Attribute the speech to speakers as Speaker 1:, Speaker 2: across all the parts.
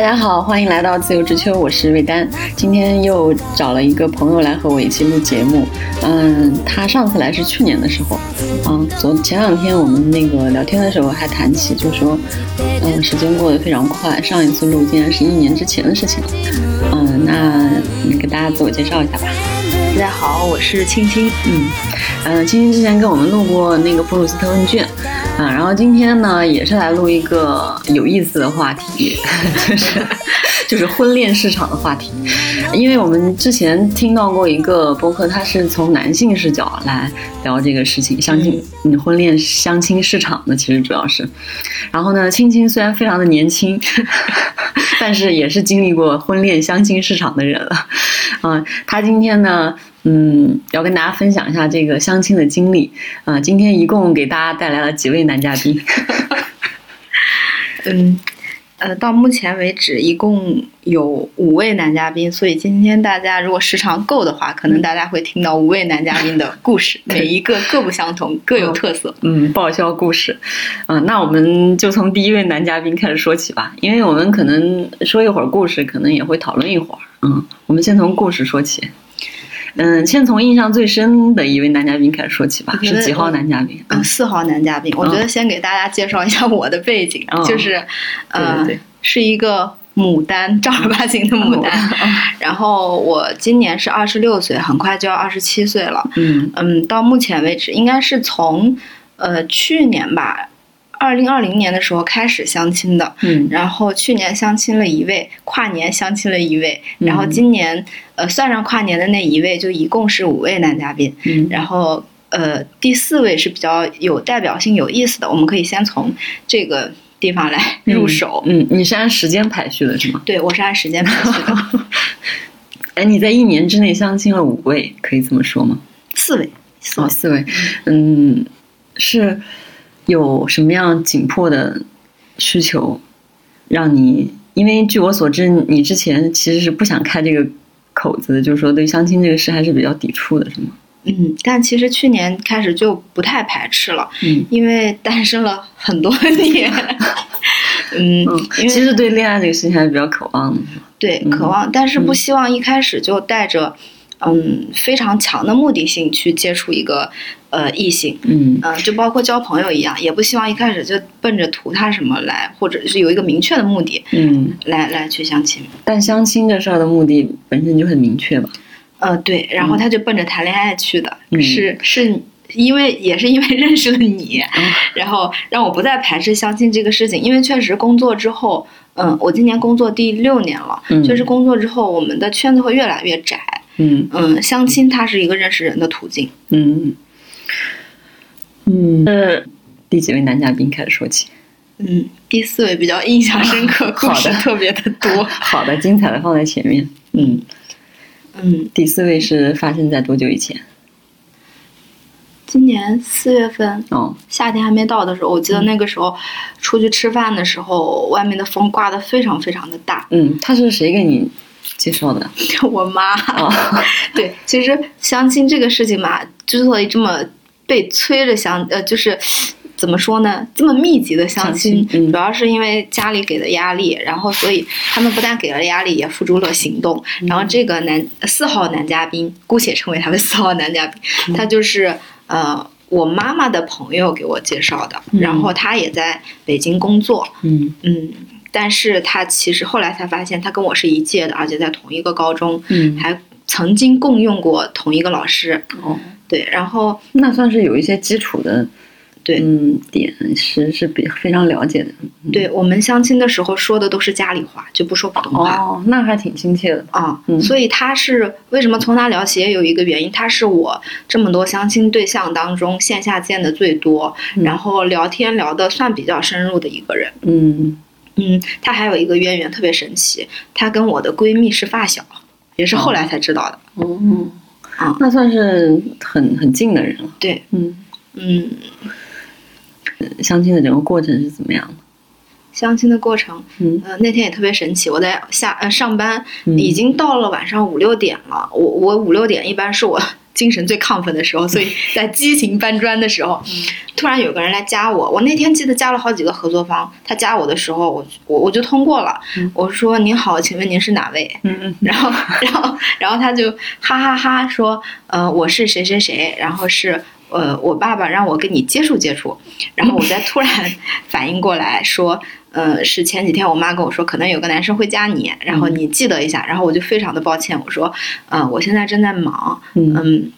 Speaker 1: 家好，欢迎来到自由之秋，我是魏丹。今天又找了一个朋友来和我一起录节目。嗯，他上次来是去年的时候，嗯，昨前两天我们那个聊天的时候还谈起，就说，嗯，时间过得非常快，上一次录竟然是一年之前的事情了。嗯，那你给大家自我介绍一下吧。
Speaker 2: 大家好，我是青青。
Speaker 1: 嗯，呃，青青之前跟我们录过那个普鲁斯特问卷，啊，然后今天呢也是来录一个有意思的话题， 就是就是婚恋市场的话题，因为我们之前听到过一个播客，它是从男性视角来聊这个事情，相亲，嗯，婚恋相亲市场的其实主要是，然后呢，青青虽然非常的年轻， 但是也是经历过婚恋相亲市场的人了，啊、他今天呢。嗯，要跟大家分享一下这个相亲的经历。啊、今天一共给大家带来了几位男嘉宾。
Speaker 2: 嗯，呃，到目前为止一共有五位男嘉宾，所以今天大家如果时长够的话，可
Speaker 1: 嗯
Speaker 2: 能大家会听到五位男嘉宾的故事，每一个各不相同，各有特色。
Speaker 1: 嗯，爆笑故事。嗯、那我们就从第一位男嘉宾开始说起吧，因为我们可能说一会儿故事，可能也会讨论一会儿。嗯，我们先从故事说起。嗯，先从印象最深的一位男嘉宾开始说起吧，
Speaker 2: 我觉得
Speaker 1: 是几号男嘉宾？啊
Speaker 2: 嗯，四号男嘉宾，我觉得先给大家介绍一下我的背景，
Speaker 1: 嗯
Speaker 2: 就是，呃，
Speaker 1: 对对对
Speaker 2: 是一个牡丹，正儿八经的牡丹。
Speaker 1: 哦
Speaker 2: 然后我今年是二十六岁，很快就要二十七岁了。
Speaker 1: 嗯
Speaker 2: 嗯，到目前为止，应该是从呃去年吧，二零二零年的时候开始相亲的。
Speaker 1: 嗯
Speaker 2: 然后去年相亲了一位，跨年相亲了一位，
Speaker 1: 嗯
Speaker 2: 然后今年、呃算上跨年的那一位，就一共是五位男嘉宾。
Speaker 1: 嗯
Speaker 2: 然后呃第四位是比较有代表性、有意思的，我们可以先从这个地方来入手。
Speaker 1: 嗯，你是按时间排序的是吗？
Speaker 2: 对，我是按时间排序 的，
Speaker 1: 哎，你在一年之内相亲了五位，可以这么说吗？
Speaker 2: 四位，四
Speaker 1: 哦，
Speaker 2: 位。
Speaker 1: 四位，嗯，是有什么样紧迫的需求让你？因为据我所知，你之前其实是不想开这个口子的，就是说对相亲这个事还是比较抵触的，是吗？
Speaker 2: 嗯，但其实去年开始就不太排斥了，
Speaker 1: 嗯
Speaker 2: 因为单身了很多年。嗯，
Speaker 1: 嗯，
Speaker 2: 因为
Speaker 1: 其实对恋爱这个事情还是比较渴望的。
Speaker 2: 对，
Speaker 1: 嗯
Speaker 2: 渴望，但是不
Speaker 1: 嗯
Speaker 2: 希望一开始就带着嗯非常强的目的性去接触一个呃异性。
Speaker 1: 嗯
Speaker 2: 嗯、就包括交朋友一样，也不希望一开始就奔着图他什么来，或者是有一个明确的目的
Speaker 1: 嗯，
Speaker 2: 来来去相亲。
Speaker 1: 但相亲这事儿的目的本身就很明确吧？
Speaker 2: 呃，对，然后
Speaker 1: 嗯
Speaker 2: 他就奔着谈恋爱去的，
Speaker 1: 嗯
Speaker 2: 是是因为也是因为 认识了你，
Speaker 1: 嗯
Speaker 2: 然后让我不再排斥相亲这个事情，因为确实工作之后，嗯，我今年工作第六年了，
Speaker 1: 嗯
Speaker 2: 就是工作之后，我们的圈子会越来越窄，
Speaker 1: 嗯
Speaker 2: 嗯，相亲它是一个认识人的途径。
Speaker 1: 嗯嗯，是第几位男嘉宾开始说起？
Speaker 2: 嗯，第四位比较印象深 刻，
Speaker 1: 好
Speaker 2: 故
Speaker 1: 的
Speaker 2: 事特别的 多。
Speaker 1: 好的，精彩的放在前面。嗯。
Speaker 2: 嗯，
Speaker 1: 第四位是发生在多久以前？
Speaker 2: 今年四月份
Speaker 1: 哦，
Speaker 2: 夏天还没到的时候，我记
Speaker 1: 嗯
Speaker 2: 得那个时候出去吃饭的时候，外面的风刮得非常非常的大。
Speaker 1: 嗯，他是谁给你介绍的？
Speaker 2: 我妈，
Speaker 1: 哦，
Speaker 2: 对，其实相亲这个事情嘛，之所以这么被催着相，呃，就是怎么说呢，这么密集的相亲
Speaker 1: 相，亲嗯
Speaker 2: 主要是因为家里给的压力，然后所以他们不但给了压力，也付诸了行动。
Speaker 1: 嗯
Speaker 2: 然后这个男四号男嘉宾，姑且称为他为四号男嘉宾，
Speaker 1: 嗯
Speaker 2: 他就是呃。我妈妈的朋友给我介绍的，
Speaker 1: 嗯
Speaker 2: 然后他也在北京工作，
Speaker 1: 嗯
Speaker 2: 嗯，但是他其实后来才发现，他跟我是一届的，而且在同一个高中，
Speaker 1: 嗯，
Speaker 2: 还曾经共用过同一个老师，
Speaker 1: 哦，
Speaker 2: 对，然后
Speaker 1: 那算是有一些基础的，
Speaker 2: 对
Speaker 1: 嗯，点是是比非常了解的。
Speaker 2: 对我们相亲的时候说的都是家里话，就不说普通话。
Speaker 1: 哦，那还挺亲切的。
Speaker 2: 啊、
Speaker 1: 嗯
Speaker 2: 所以他是为什么从他聊起，也有一个原因，他是我这么多相亲对象当中线下见的最多，
Speaker 1: 嗯
Speaker 2: 然后聊天聊的算比较深入的一个人。
Speaker 1: 嗯，
Speaker 2: 嗯，他还有一个渊源特别神奇，他跟我的闺蜜是发小，也是后来才知道的。
Speaker 1: 哦，
Speaker 2: 啊
Speaker 1: 那算是很很近的人了。
Speaker 2: 对，
Speaker 1: 嗯，
Speaker 2: 嗯，
Speaker 1: 相亲的整个过程是怎么样的？
Speaker 2: 相亲的过程，
Speaker 1: 嗯
Speaker 2: 呃，那天也特别神奇，我在下呃上班
Speaker 1: 嗯
Speaker 2: 已经到了晚上五六点了，我我五六点一般是我 精神最亢奋的时候，所以在激情搬砖的时候，突然有个人来加我。我那天记得加了好几个合作方，他加我的时候，我我我就通过了。我说：“您好，请问您是哪位？”
Speaker 1: 嗯嗯，
Speaker 2: 然后，然后，然后他就哈哈哈说：“呃，我是谁谁谁，然后是呃，我爸爸让我跟你接触接触。”然后我再突然反应过来说：“呃，是前几天我妈跟我说，可能有个男生会加你，然后你记得一下。”然后我就非常的抱歉，我说：“呃，我现在正在忙，
Speaker 1: 嗯
Speaker 2: 嗯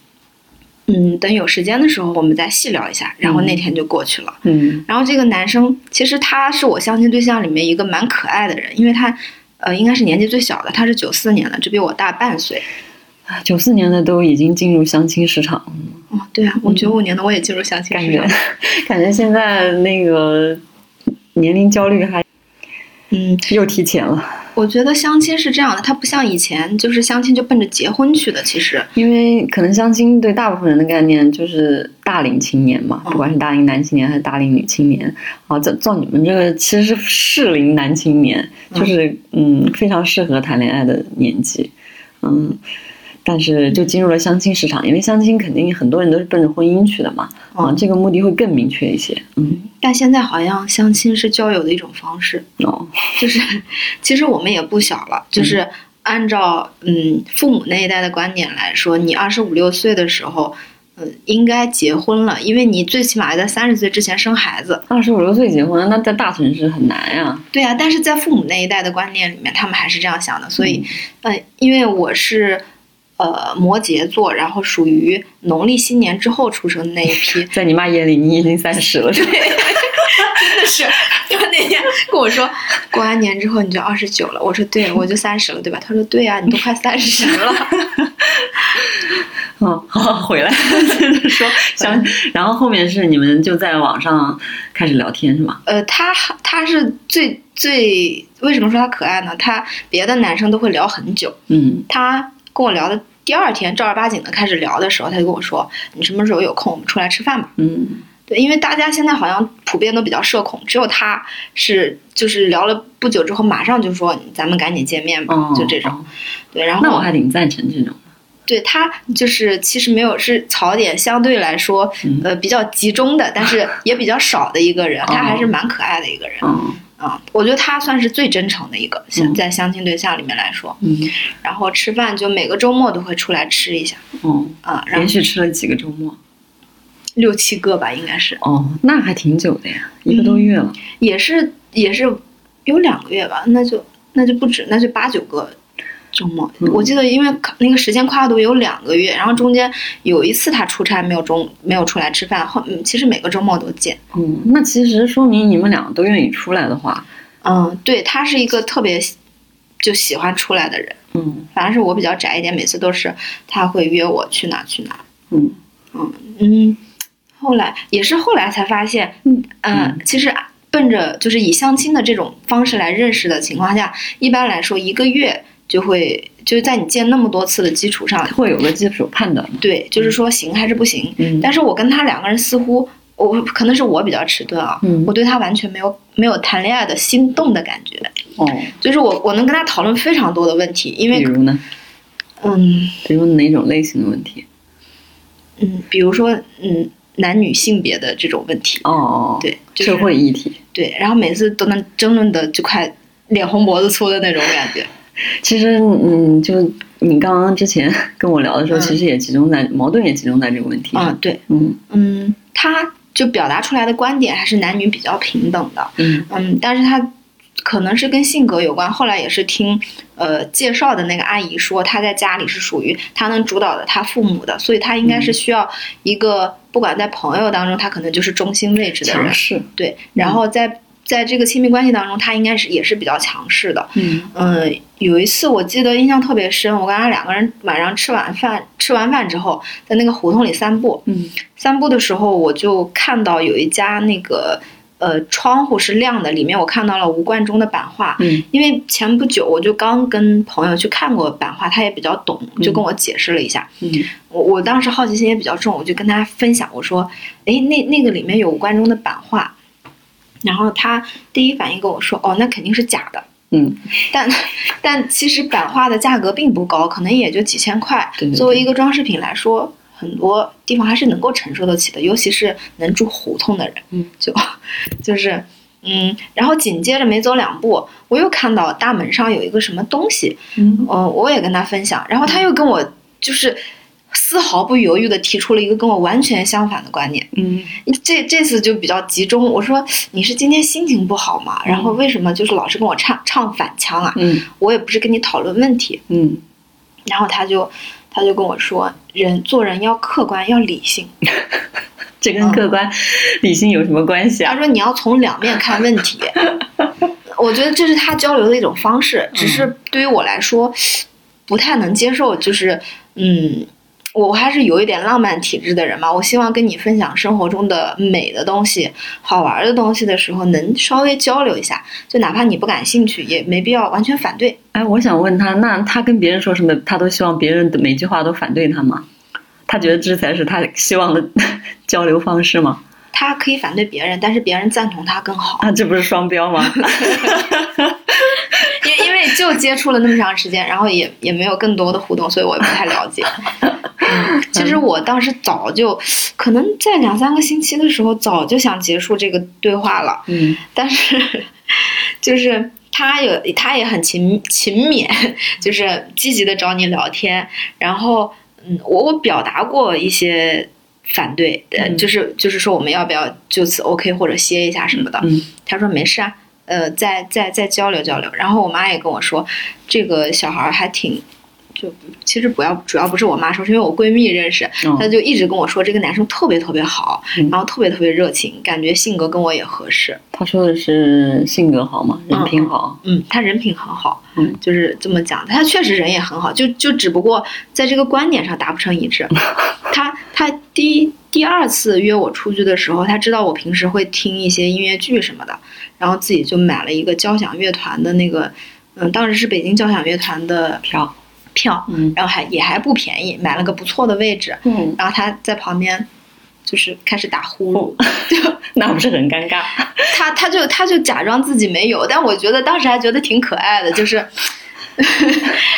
Speaker 2: 嗯，等有时间的时候我们再细聊一下。”然后那天就过去了。
Speaker 1: 嗯
Speaker 2: 然后这个男生其实他是我相亲对象里面一个蛮可爱的人，因为他呃应该是年纪最小的，他是九四年的，只比我大半岁。
Speaker 1: 九四年的都已经进入相亲市场了，
Speaker 2: 哦，对啊，我九五年的我也进入相亲
Speaker 1: 感
Speaker 2: 市
Speaker 1: 觉
Speaker 2: 场了。
Speaker 1: 感觉现在那个年龄焦虑还
Speaker 2: 嗯，
Speaker 1: 又提前了，
Speaker 2: 我觉得相亲是这样的，它不像以前就是相亲就奔着结婚去的，其实
Speaker 1: 因为可能相亲对大部分人的概念就是大龄青年嘛，
Speaker 2: 嗯
Speaker 1: 不管是大龄男青年还是大龄女青年，啊，照照你们这个其实是适龄男青年，
Speaker 2: 嗯
Speaker 1: 就是嗯非常适合谈恋爱的年纪，嗯。但是就进入了相亲市场，因为相亲肯定很多人都是奔着婚姻去的嘛，啊，
Speaker 2: 嗯
Speaker 1: 这个目的会更明确一些。嗯，
Speaker 2: 但现在好像相亲是交友的一种方式，
Speaker 1: 哦，
Speaker 2: 就是其实我们也不小了，就是按照嗯父母那一代的观点来说，你二十五六岁的时候，嗯，应该结婚了，因为你最起码在三十岁之前生孩子。
Speaker 1: 二十五六岁结婚，那在大城市很难呀。
Speaker 2: 对啊，但是在父母那一代的观念里面，他们还是这样想的，所以，呃，因为我是。呃，摩羯座，然后属于农历新年之后出生的那一批，
Speaker 1: 在你妈眼里，你已经三十了，是 吧？
Speaker 2: 真的是，就 那天跟我说，过完年之后你就二十九了。我说对，我就三十了，对吧？他说对呀、你都快三十了。
Speaker 1: 嗯，好，回来就是 说相，然后后面是你们就在网上开始聊天是吗？
Speaker 2: 呃，他他是最最为什么说他可爱呢？他别的男生都会聊很久，
Speaker 1: 嗯，
Speaker 2: 他跟我聊的第二天正儿八经的开始聊的时候，他就跟我说：“你什么时候有空，我们出来吃饭吧。
Speaker 1: 嗯，”
Speaker 2: 对，因为大家现在好像普遍都比较社恐，只有他是就是聊了不久之后，马上就说咱们赶紧见面吧，
Speaker 1: 哦，
Speaker 2: 就这种。
Speaker 1: 哦。
Speaker 2: 对，然后
Speaker 1: 那我还挺赞成这种。
Speaker 2: 对他就是其实没有是槽点相对来说
Speaker 1: 嗯
Speaker 2: 呃比较集中的，但是也比较少的一个人，他
Speaker 1: 哦
Speaker 2: 还是蛮可爱的一个人
Speaker 1: 嗯
Speaker 2: 啊、我觉得他算是最真诚的一个，像
Speaker 1: 嗯
Speaker 2: 在相亲对象里面来说。
Speaker 1: 嗯，
Speaker 2: 然后吃饭就每个周末都会出来吃一下
Speaker 1: 哦，
Speaker 2: 啊、然
Speaker 1: 连
Speaker 2: 后
Speaker 1: 续吃了几个周末。
Speaker 2: 六七个吧，应该是
Speaker 1: 哦，那还挺久的呀，一个多月了。
Speaker 2: 也是也是有两个月吧，那就那就不止，那就八九个周末。
Speaker 1: 嗯
Speaker 2: 我记得，因为可那个时间跨度有两个月，然后中间有一次他出差没有中没有出来吃饭，后嗯其实每个周末都见。
Speaker 1: 嗯，那其实说明你们两个都愿意出来的话，
Speaker 2: 嗯，对他是一个特别喜就喜欢出来的人，
Speaker 1: 嗯
Speaker 2: 反正是我比较宅一点，每次都是他会约我去哪去哪。
Speaker 1: 嗯
Speaker 2: 嗯，后来也是后来才发现，
Speaker 1: 嗯
Speaker 2: 呃
Speaker 1: 嗯，
Speaker 2: 其实啊奔着就是以相亲的这种方式来认识的情况下，一般来说一个月就会就是在你见那么多次的基础上，
Speaker 1: 会有个基础判断嘛。
Speaker 2: 对，就是说行还是不行。
Speaker 1: 嗯，
Speaker 2: 但是我跟他两个人似乎，我可能是我比较迟钝啊，
Speaker 1: 嗯
Speaker 2: 我对他完全没有没有谈恋爱的心动的感觉，
Speaker 1: 哦，
Speaker 2: 就是我我能跟他讨论非常多的问题，因
Speaker 1: 比
Speaker 2: 为
Speaker 1: 如呢？
Speaker 2: 嗯
Speaker 1: 比如哪种类型的问题？
Speaker 2: 嗯，比如说嗯男女性别的这种问题，
Speaker 1: 哦哦，哦
Speaker 2: 对，就是
Speaker 1: 社会议题。
Speaker 2: 对，然后每次都能争论的就快脸红脖子粗的那种感觉。
Speaker 1: 其实，嗯，就你刚刚之前跟我聊的时候，
Speaker 2: 嗯
Speaker 1: 其实也集中在矛盾也集中在这个问题
Speaker 2: 嗯
Speaker 1: 上，。
Speaker 2: 对，
Speaker 1: 嗯
Speaker 2: 嗯，他就表达出来的观点还是男女比较平等的，
Speaker 1: 嗯
Speaker 2: 嗯，但是他可能是跟性格有关。后来也是听呃介绍的那个阿姨说，他在家里是属于他能主导的他父母的，所以他应
Speaker 1: 嗯
Speaker 2: 该是需要一个、不管在朋友当中，他可能就是中心位置的
Speaker 1: 强
Speaker 2: 人，
Speaker 1: 势。
Speaker 2: 对，然后在。在这个亲密关系当中，他应该是也是比较强势的，
Speaker 1: 嗯
Speaker 2: 嗯，有一次我记得印象特别深，我跟他两个人晚上吃晚饭，吃完饭之后，在那个胡同里散步，
Speaker 1: 嗯
Speaker 2: 散步的时候我就看到有一家那个呃窗户是亮的，里面我看到了吴冠中的版画。
Speaker 1: 嗯
Speaker 2: 因为前不久我就刚跟朋友去看过版画，他也比较懂，就跟我解释了一下。
Speaker 1: 嗯
Speaker 2: 我我当时好奇心也比较重，我就跟他分享，我说：“诶，那那个里面有吴冠中的版画。”然后他第一反应跟我说：“哦，那肯定是假的。”
Speaker 1: 嗯，
Speaker 2: 但但其实版画的价格并不高，可能也就几千块
Speaker 1: 对对，对
Speaker 2: 作为一个装饰品来说，很多地方还是能够承受得起的，尤其是能住胡同的人，
Speaker 1: 嗯，
Speaker 2: 就 就是嗯，然后紧接着没走两步，我又看到大门上有一个什么东西，
Speaker 1: 嗯
Speaker 2: 呃，我也跟他分享，然后他又跟我就是丝毫不犹豫的提出了一个跟我完全相反的观念。
Speaker 1: 嗯
Speaker 2: 这这次就比较集中，我说你是今天心情不好嘛？然后为什么就是老是跟我唱唱反腔啊？
Speaker 1: 嗯
Speaker 2: 我也不是跟你讨论问题。
Speaker 1: 嗯，
Speaker 2: 然后他就他就跟我说，人做人要客观，要理性。
Speaker 1: 这跟客
Speaker 2: 嗯
Speaker 1: 观理性有什么关系
Speaker 2: 他
Speaker 1: 啊？
Speaker 2: 说你要从两面看问题。我觉得这是他交流的一种方式，只是对于我来说不太能接受。就是嗯，我还是有一点浪漫体质的人嘛，我希望跟你分享生活中的美的东西、好玩的东西的时候，能稍微交流一下，就哪怕你不感兴趣，也没必要完全反对。
Speaker 1: 哎，我想问他，那他跟别人说什么，他都希望别人的每句话都反对他吗？他觉得这才是他希望的 交流方式吗？
Speaker 2: 他可以反对别人，但是别人赞同他更好。
Speaker 1: 啊，这不是双标 吗？
Speaker 2: 因因为就接触了那么长时间，然后也也没有更多的互动，所以我也不 太了解。嗯其实我当时早就，可能在两三个星期的时候，早就想结束这个对话了，
Speaker 1: 嗯
Speaker 2: 但是就是他有他也很勤勤勉，就是积极的找你聊天，然后嗯，我我表达过一些反对，呃，
Speaker 1: 嗯
Speaker 2: 就是就是说我们要不要就此 OK 或者歇一下什么的，
Speaker 1: 嗯
Speaker 2: 他说没事啊，呃，再再再交流交流。然后我妈也跟我说，这个小孩儿还挺，就其实不要，主要不是我妈说，是因为我闺蜜认识，
Speaker 1: 哦
Speaker 2: 她就一直跟我说这个男生特别特别好，
Speaker 1: 嗯
Speaker 2: 然后特别特别热情，感觉性格跟我也合适。
Speaker 1: 他说的是性格好吗？人品好？
Speaker 2: 嗯，他人品很好，
Speaker 1: 嗯
Speaker 2: 就是这么讲，他确实人也很好，就就只不过在这个观点上达不成一致。他他第一第二次约我出去的时候，他知道我平时会听一些音乐剧什么的，然后自己就买了一个交响乐团的那个，嗯，当时是北京交响乐团的
Speaker 1: 票？
Speaker 2: 票，
Speaker 1: 嗯
Speaker 2: 然后还也还不便宜，买了个不错的位置，
Speaker 1: 嗯，
Speaker 2: 然后他在旁边就是开始打呼噜，
Speaker 1: 那不是很尴尬？
Speaker 2: 他他就他就假装自己没有，但我觉得当时还觉得挺可爱的，就是。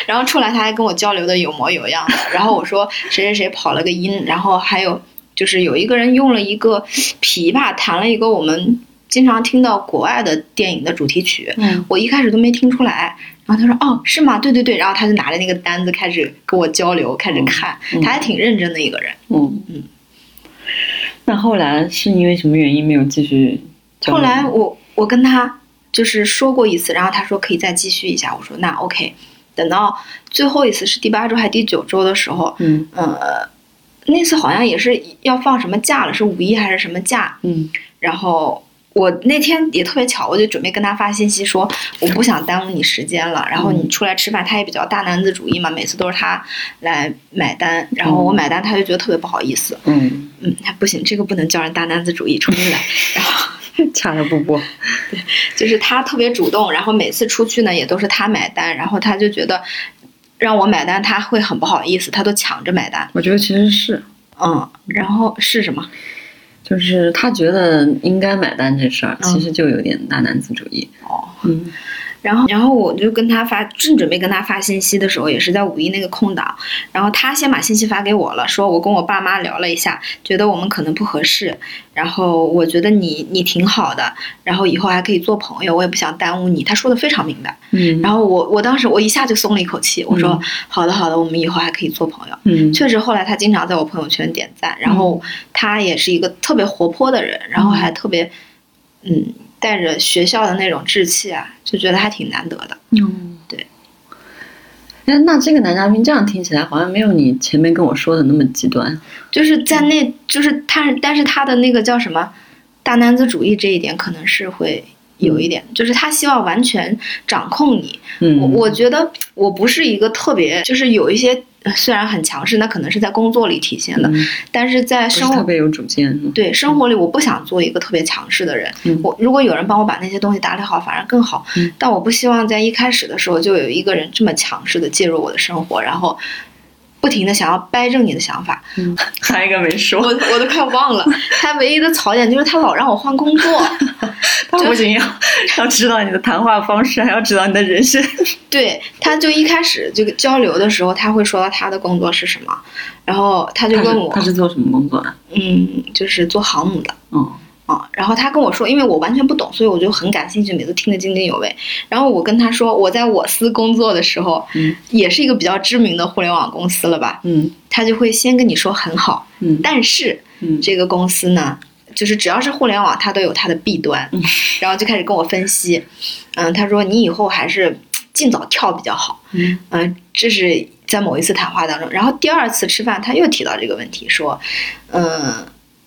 Speaker 2: 然后出来，他还跟我交流的有模有样的。然后我说谁谁谁跑了个音，然后还有就是有一个人用了一个琵琶弹了一个我们经常听到国外的电影的主题曲，
Speaker 1: 嗯
Speaker 2: 我一开始都没听出来。然后他说哦是吗？对对对。然后他就拿着那个单子开始跟我交流，开始看，
Speaker 1: 嗯
Speaker 2: 他还挺认真的一个人。
Speaker 1: 嗯嗯。那后来是因为什么原因没有继续交
Speaker 2: 后
Speaker 1: 流？
Speaker 2: 来我我跟他就是说过一次，然后他说可以再继续一下，我说那 OK。等到最后一次是第八周还是第九周的时候，
Speaker 1: 嗯
Speaker 2: 呃，那次好像也是要放什么假了，是五一还是什么假？
Speaker 1: 嗯
Speaker 2: 然后我那天也特别巧，我就准备跟他发信息说我不想耽误你时间了，然后你出来吃饭，他也比较大男子主义嘛，每次都是他来买单，然后我买单他就觉得特别不好意思，
Speaker 1: 嗯，
Speaker 2: 嗯，不行，这个不能叫人大男子主义，重新来， 然后。
Speaker 1: 恰了不不。
Speaker 2: 就是他特别主动，然后每次出去呢也都是他买单，然后他就觉得让我买单他会很不好意思，他都抢着买单，
Speaker 1: 我觉得其实是，
Speaker 2: 嗯，然后是什么？
Speaker 1: 就是他觉得应该买单这事儿，
Speaker 2: 嗯
Speaker 1: 其实就有点大男子主义。
Speaker 2: 哦，
Speaker 1: 嗯
Speaker 2: 然后然后我就跟他发，正准备跟他发信息的时候，也是在五一那个空档，然后他先把信息发给我了，说我跟我爸妈聊了一下，觉得我们可能不合适，然后我觉得你你挺好的，然后以后还可以做朋友，我也不想耽误你，他说的非常明白，
Speaker 1: 嗯
Speaker 2: 然后我我当时我一下就松了一口气，我说、
Speaker 1: 嗯
Speaker 2: 好的好的，我们以后还可以做朋友。
Speaker 1: 嗯
Speaker 2: 确实，后来他经常在我朋友圈点赞，然后他也是一个特别活泼的人，然后还特别，嗯，带着学校的那种志气啊，就觉得还挺难得的。
Speaker 1: 嗯
Speaker 2: 对。
Speaker 1: 哎，那这个男嘉宾这样听起来好像没有你前面跟我说的那么极端。
Speaker 2: 就是在
Speaker 1: 嗯
Speaker 2: 那，就是他，但是他的那个叫什么大男子主义这一点，可能是会有一点，就是他希望完全掌控你。
Speaker 1: 嗯，
Speaker 2: 我我觉得我不是一个特别，就是有一些呃虽然很强势，那可能是在工作里体现的，
Speaker 1: 嗯
Speaker 2: 但是在
Speaker 1: 不是
Speaker 2: 生
Speaker 1: 特
Speaker 2: 活
Speaker 1: 别有主见。嗯
Speaker 2: 对生活里，我不想做一个特别强势的人。
Speaker 1: 嗯
Speaker 2: 我如果有人帮我把那些东西打理好，反而更好。
Speaker 1: 嗯
Speaker 2: 但我不希望在一开始的时候就有一个人这么强势的介入我的生活，然后不停的想要掰正你的想法，
Speaker 1: 嗯， 还有一个没说
Speaker 2: 我，我都快忘了。他唯一的槽点就是他老让我换工作，
Speaker 1: 他 不仅要要知道你的谈话方式，还要知道你的人生。
Speaker 2: 对，他就一开始这个交流的时候，他会说到他的工作是什么，然后他就
Speaker 1: 他
Speaker 2: 问
Speaker 1: 是
Speaker 2: 我
Speaker 1: 他，是做什么工作的？
Speaker 2: 嗯，就是做航母的。
Speaker 1: 嗯，
Speaker 2: 啊，然后他跟我说，因为我完全不懂，所以我就很感兴趣，每次听得津津有味。然后我跟他说，我在我司工作的时候，
Speaker 1: 嗯
Speaker 2: 也是一个比较知名的互联网公司了吧，
Speaker 1: 嗯
Speaker 2: 他就会先跟你说很好，
Speaker 1: 嗯
Speaker 2: 但是
Speaker 1: 嗯，
Speaker 2: 这个公司呢，就是只要是互联网，它都有它的弊端，
Speaker 1: 嗯
Speaker 2: 然后就开始跟我分析，嗯，他说你以后还是尽早跳比较好，
Speaker 1: 嗯
Speaker 2: 嗯，这是在某一次谈话当中，然后第二次吃饭他又提到这个问题，说，嗯，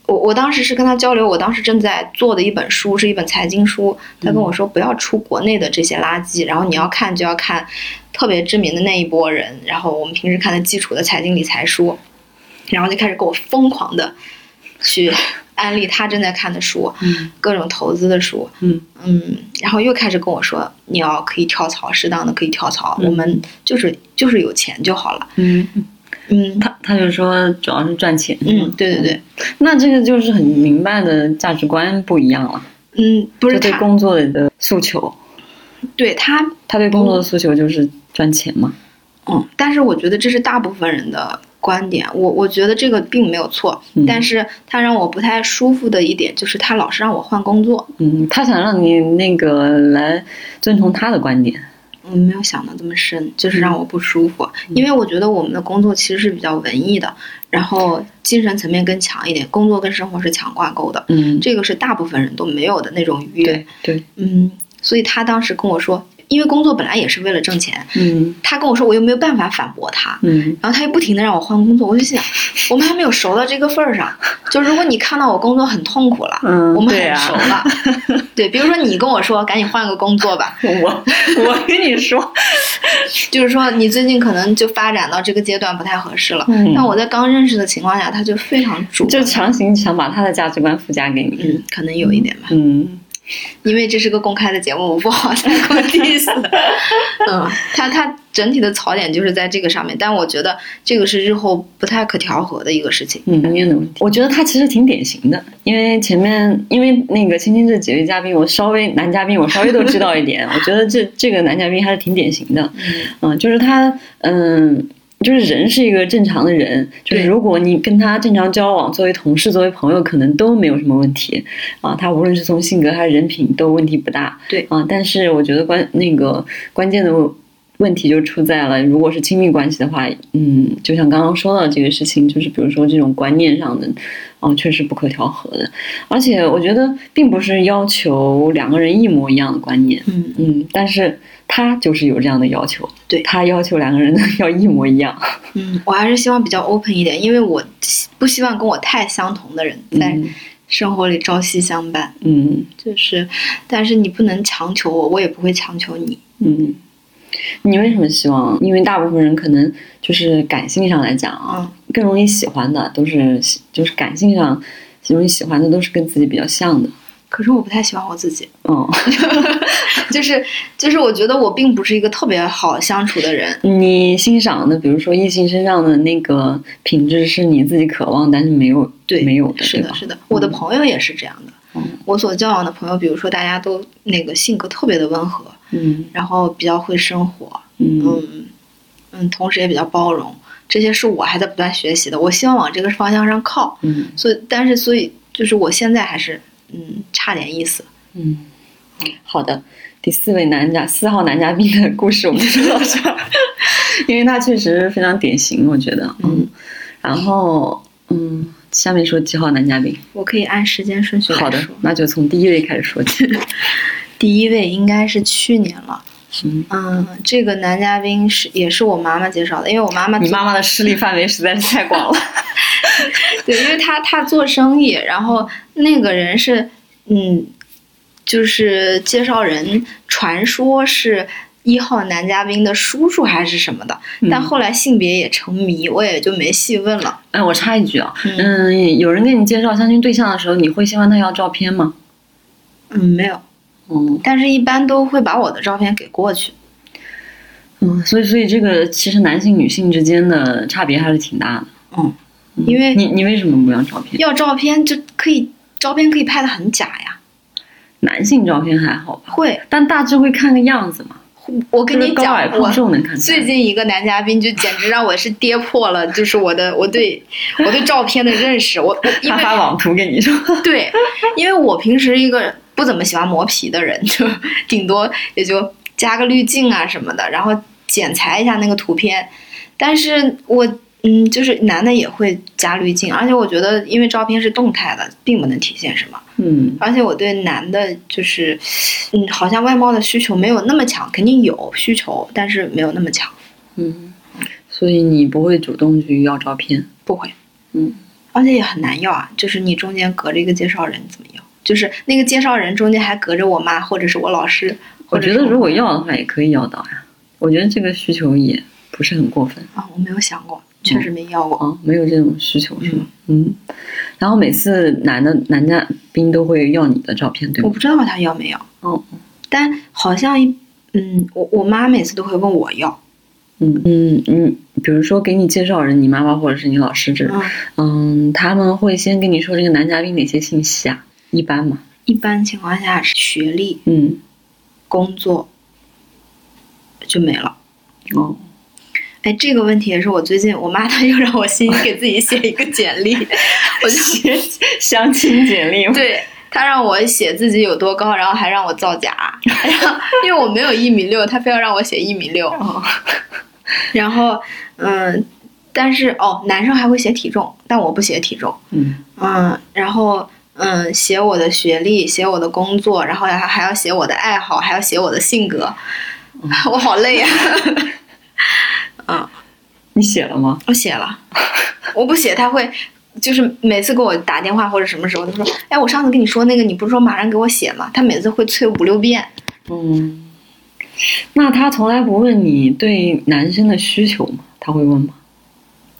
Speaker 2: 我我当时是跟他交流，我当时正在做的一本书是一本财经书，他
Speaker 1: 嗯
Speaker 2: 跟我说不要出国内的这些垃圾，然后你要看就要看特别知名的那一波人，然后我们平时看的基础的财经理财书，然后就开始给我疯狂的去安利他正在看的书，
Speaker 1: 嗯
Speaker 2: 各种投资的书，
Speaker 1: 嗯
Speaker 2: 嗯，然后又开始跟我说你要可以跳槽，适当的可以跳槽，
Speaker 1: 嗯
Speaker 2: 我们就是就是有钱就好了，
Speaker 1: 嗯，
Speaker 2: 嗯
Speaker 1: 他他就说主要是赚钱。
Speaker 2: 嗯，对对对，
Speaker 1: 那这个就是很明白的价值观不一样了，
Speaker 2: 嗯，不是
Speaker 1: 就对
Speaker 2: 他，
Speaker 1: 工作的诉求，
Speaker 2: 对他，
Speaker 1: 他对工作的诉求就是赚钱嘛。
Speaker 2: 嗯，但是我觉得这是大部分人的观点，我我觉得这个并没有错，
Speaker 1: 嗯
Speaker 2: 但是他让我不太舒服的一点就是他老是让我换工作，
Speaker 1: 嗯，他想让你那个来遵从他的观点。
Speaker 2: 我没有想到这么深，就是让我不舒服，
Speaker 1: 嗯
Speaker 2: 因为我觉得我们的工作其实是比较文艺的，然后精神层面更强一点，工作跟生活是强挂钩的，
Speaker 1: 嗯，
Speaker 2: 这个是大部分人都没有的那种愉悦
Speaker 1: 对。对，
Speaker 2: 嗯，所以他当时跟我说，因为工作本来也是为了挣钱，
Speaker 1: 嗯
Speaker 2: 他跟我说我又没有办法反驳他，
Speaker 1: 嗯
Speaker 2: 然后他又不停的让我换工作，我就心想，我们还没有熟到这个份儿上，就如果你看到我工作很痛苦了。
Speaker 1: 嗯，
Speaker 2: 我们
Speaker 1: 对
Speaker 2: 很熟
Speaker 1: 啊。
Speaker 2: 了， 对，比如说你跟我说赶紧换个工作吧，
Speaker 1: 我我跟你说，
Speaker 2: 就是说你最近可能就发展到这个阶段不太合适了。
Speaker 1: 嗯
Speaker 2: 但我在刚认识的情况下，他就非常主
Speaker 1: 就
Speaker 2: 观，
Speaker 1: 强行想把他的价值观附加给你。
Speaker 2: 嗯，可能有一点吧，
Speaker 1: 嗯
Speaker 2: 因为这是个公开的节目，我不好再过 diss 了。嗯，他他整体的槽点就是在这个上面，但我觉得这个是日后不太可调和的一个事情。
Speaker 1: 嗯，观念的问题。我觉得他其实挺典型的，因为前面因为那个青青这几位嘉宾，我稍微男嘉宾我稍微都知道一 点，我觉得这这个男嘉宾还是挺典型的。
Speaker 2: 嗯
Speaker 1: 嗯，就是他，嗯，就是人是一个正常的人，就是
Speaker 2: 对
Speaker 1: 如果你跟他正常交往，作为同事、作为朋友，可能都没有什么问题啊。他无论是从性格还是人品，都问题不大。
Speaker 2: 对
Speaker 1: 啊，但是我觉得关那个关键的问题就出在了，如果是亲密关系的话，嗯，就像刚刚说到这个事情，就是比如说这种观念上的，啊，确实不可调和的。而且我觉得并不是要求两个人一模一样的观念。
Speaker 2: 嗯，
Speaker 1: 嗯，但是他就是有这样的要求，
Speaker 2: 对
Speaker 1: 他要求两个人要一模一 样。
Speaker 2: 嗯，我还是希望比较 open 一点，因为我希不希望跟我太相同的人在
Speaker 1: 嗯
Speaker 2: 生活里朝夕相伴。
Speaker 1: 嗯
Speaker 2: 就是，但是你不能强求我，我也不会强求你。
Speaker 1: 嗯，你为什么希望？因为大部分人可能就是感性上来讲啊，
Speaker 2: 嗯，
Speaker 1: 更容易喜欢的都是喜就是感性上容易喜欢的都是跟自己比较像的。
Speaker 2: 可是我不太喜欢我自己，
Speaker 1: 哦，
Speaker 2: 就是就是，我觉得我并不是一个特别好相处的人。
Speaker 1: 你欣赏的，比如说异性身上的那个品质，是你自己渴望但是没有
Speaker 2: 对，
Speaker 1: 没有的，
Speaker 2: 是
Speaker 1: 对
Speaker 2: 的，
Speaker 1: 吧？
Speaker 2: 是的，我的朋友也是这样的。
Speaker 1: 嗯
Speaker 2: 我所交往的朋友，比如说大家都那个性格特别的温和，
Speaker 1: 嗯
Speaker 2: 然后比较会生活，
Speaker 1: 嗯
Speaker 2: 嗯嗯，同时也比较包容，这些是我还在不断学习的。我希望往这个方向上靠，
Speaker 1: 嗯
Speaker 2: 所以但是所以就是我现在还是嗯差点意思。
Speaker 1: 嗯，好的。第四位男嘉四号男嘉宾的故事我们就到这儿，因为他确实非常典型，我觉得。嗯，
Speaker 2: 嗯
Speaker 1: 然后嗯，下面说几号男嘉宾。
Speaker 2: 我可以按时间顺序
Speaker 1: 好
Speaker 2: 来
Speaker 1: 的
Speaker 2: 说，。
Speaker 1: 那就从第一位开始说起。
Speaker 2: 第一位应该是去年了，
Speaker 1: 嗯，
Speaker 2: 嗯，这个男嘉宾是也是我妈妈介绍的，因为我妈妈
Speaker 1: 你妈妈的势力范围实在是太广了。
Speaker 2: 对，因为他他做生意，然后那个人是，嗯，就是介绍人，传说是一号男嘉宾的叔叔还是什么的，但
Speaker 1: 嗯
Speaker 2: 后来性别也成谜，我也就没细问了。
Speaker 1: 哎，我插一句啊，
Speaker 2: 嗯
Speaker 1: 嗯，有人跟你介绍相亲对象的时候，你会先问他要照片吗？
Speaker 2: 嗯，没有，
Speaker 1: 嗯
Speaker 2: 但是一般都会把我的照片给过去。
Speaker 1: 嗯，所以所以这个其实男性女性之间的差别还是挺大的。
Speaker 2: 嗯，因为
Speaker 1: 你你为什么不要照片？
Speaker 2: 要照片就可以，照片可以拍的很假呀。
Speaker 1: 男性照片还好吧，
Speaker 2: 会，
Speaker 1: 但大致会看个样子嘛。
Speaker 2: 我跟
Speaker 1: 就是
Speaker 2: 你
Speaker 1: 高矮
Speaker 2: 讲，
Speaker 1: 胖
Speaker 2: 我
Speaker 1: 瘦能看出来
Speaker 2: 最近一个男嘉宾就简直让我是跌破了，就是我的我对我对照片的认识。我我因
Speaker 1: 他
Speaker 2: 为
Speaker 1: 发网图跟你说，
Speaker 2: 对，因为我平时一个不怎么喜欢磨皮的人，就 顶多也就加个滤镜啊什么的，然后剪裁一下那个图片。但是我嗯，就是男的也会加滤镜，而且我觉得因为照片是动态的，并不能体现什么。
Speaker 1: 嗯，
Speaker 2: 而且我对男的就是，嗯，好像外貌的需求没有那么强，肯定有需求，但是没有那么强，
Speaker 1: 嗯，所以你不会主动去要照片，
Speaker 2: 不会，
Speaker 1: 嗯，
Speaker 2: 而且也很难要啊，就是你中间隔着一个介绍人怎么要？就是那个介绍人中间还隔着我妈或者是我老师，
Speaker 1: 我
Speaker 2: 或者
Speaker 1: 觉
Speaker 2: 是
Speaker 1: 得如果
Speaker 2: 我
Speaker 1: 要的话也可以要到呀。我觉得这个需求也不是很过分
Speaker 2: 啊，我没有想过，确实没要过，
Speaker 1: 啊，没有这种需求是吗？嗯，然后每次男的男嘉宾都会要你的照片，对
Speaker 2: 我
Speaker 1: 吗？
Speaker 2: 不知道他要没要，
Speaker 1: 哦，
Speaker 2: 但好像一嗯，我我妈每次都会问我要，
Speaker 1: 嗯嗯嗯，比如说给你介绍人，你妈妈或者是你老师这种，
Speaker 2: 嗯，
Speaker 1: 嗯，他们会先跟你说这个男嘉宾哪些信息啊？一般嘛，
Speaker 2: 一般情况下是学历、
Speaker 1: 嗯，
Speaker 2: 工作就没了。
Speaker 1: 哦，
Speaker 2: 哎，这个问题也是我最近，我妈她又让我新给自己写一个简历，我就
Speaker 1: 相亲简历
Speaker 2: 对她让我写自己有多高，然后还让我造假， 然后因为我没有一米六，她非要让我写一米六，
Speaker 1: 哦，
Speaker 2: 然后嗯，但是哦，男生还会写体重，但我不写体重，
Speaker 1: 嗯，
Speaker 2: 嗯，然后嗯，写我的学历，写我的工作，然后还还要写我的爱好，还要写我的性格， 我好累啊呀、
Speaker 1: 你写了吗？
Speaker 2: 我写了，我不写他会，就是每次给我打电话或者什么时候，他说：“哎，我上次跟你说那个，你不是说马上给我写吗？”他每次会催五六遍，
Speaker 1: 嗯，那他从来不问你对男生的需求吗？他会问吗？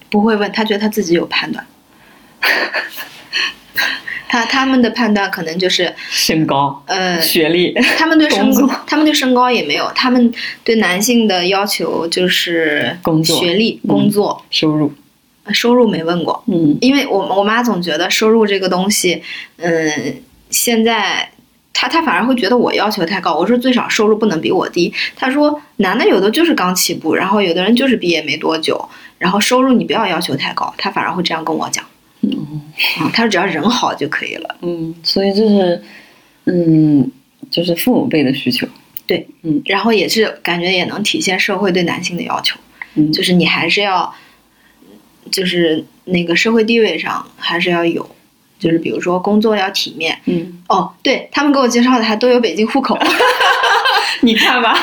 Speaker 2: 不会问，他觉得他自己有判断。 他他们的判断可能就是，
Speaker 1: 身高、
Speaker 2: 呃，
Speaker 1: 学历，
Speaker 2: 他们对身
Speaker 1: 工
Speaker 2: 高
Speaker 1: 作，
Speaker 2: 他们对身高也没有，他们对男性的要求就是
Speaker 1: 工作
Speaker 2: 学历、
Speaker 1: 嗯
Speaker 2: 工作、
Speaker 1: 收入，
Speaker 2: 收入没问过。
Speaker 1: 嗯
Speaker 2: 因为我我妈总觉得收入这个东西，嗯，现在她她反而会觉得我要求太高。我说最少收入不能比我低。她说男的有的就是刚起步，然后有的人就是毕业没多久，然后收入你不要要求太高。她反而会这样跟我讲，
Speaker 1: 哦
Speaker 2: 啊、她说只要人好就可以了。
Speaker 1: 嗯，所以这是，嗯，就是父母辈的需求，
Speaker 2: 然后也是感觉也能体现社会对男性的要求，
Speaker 1: 嗯，
Speaker 2: 就是你还是要，就是那个社会地位上还是要有，就是比如说工作要体面。
Speaker 1: 嗯，
Speaker 2: 哦，对他们给我介绍的还都有北京户口，
Speaker 1: 你看吧，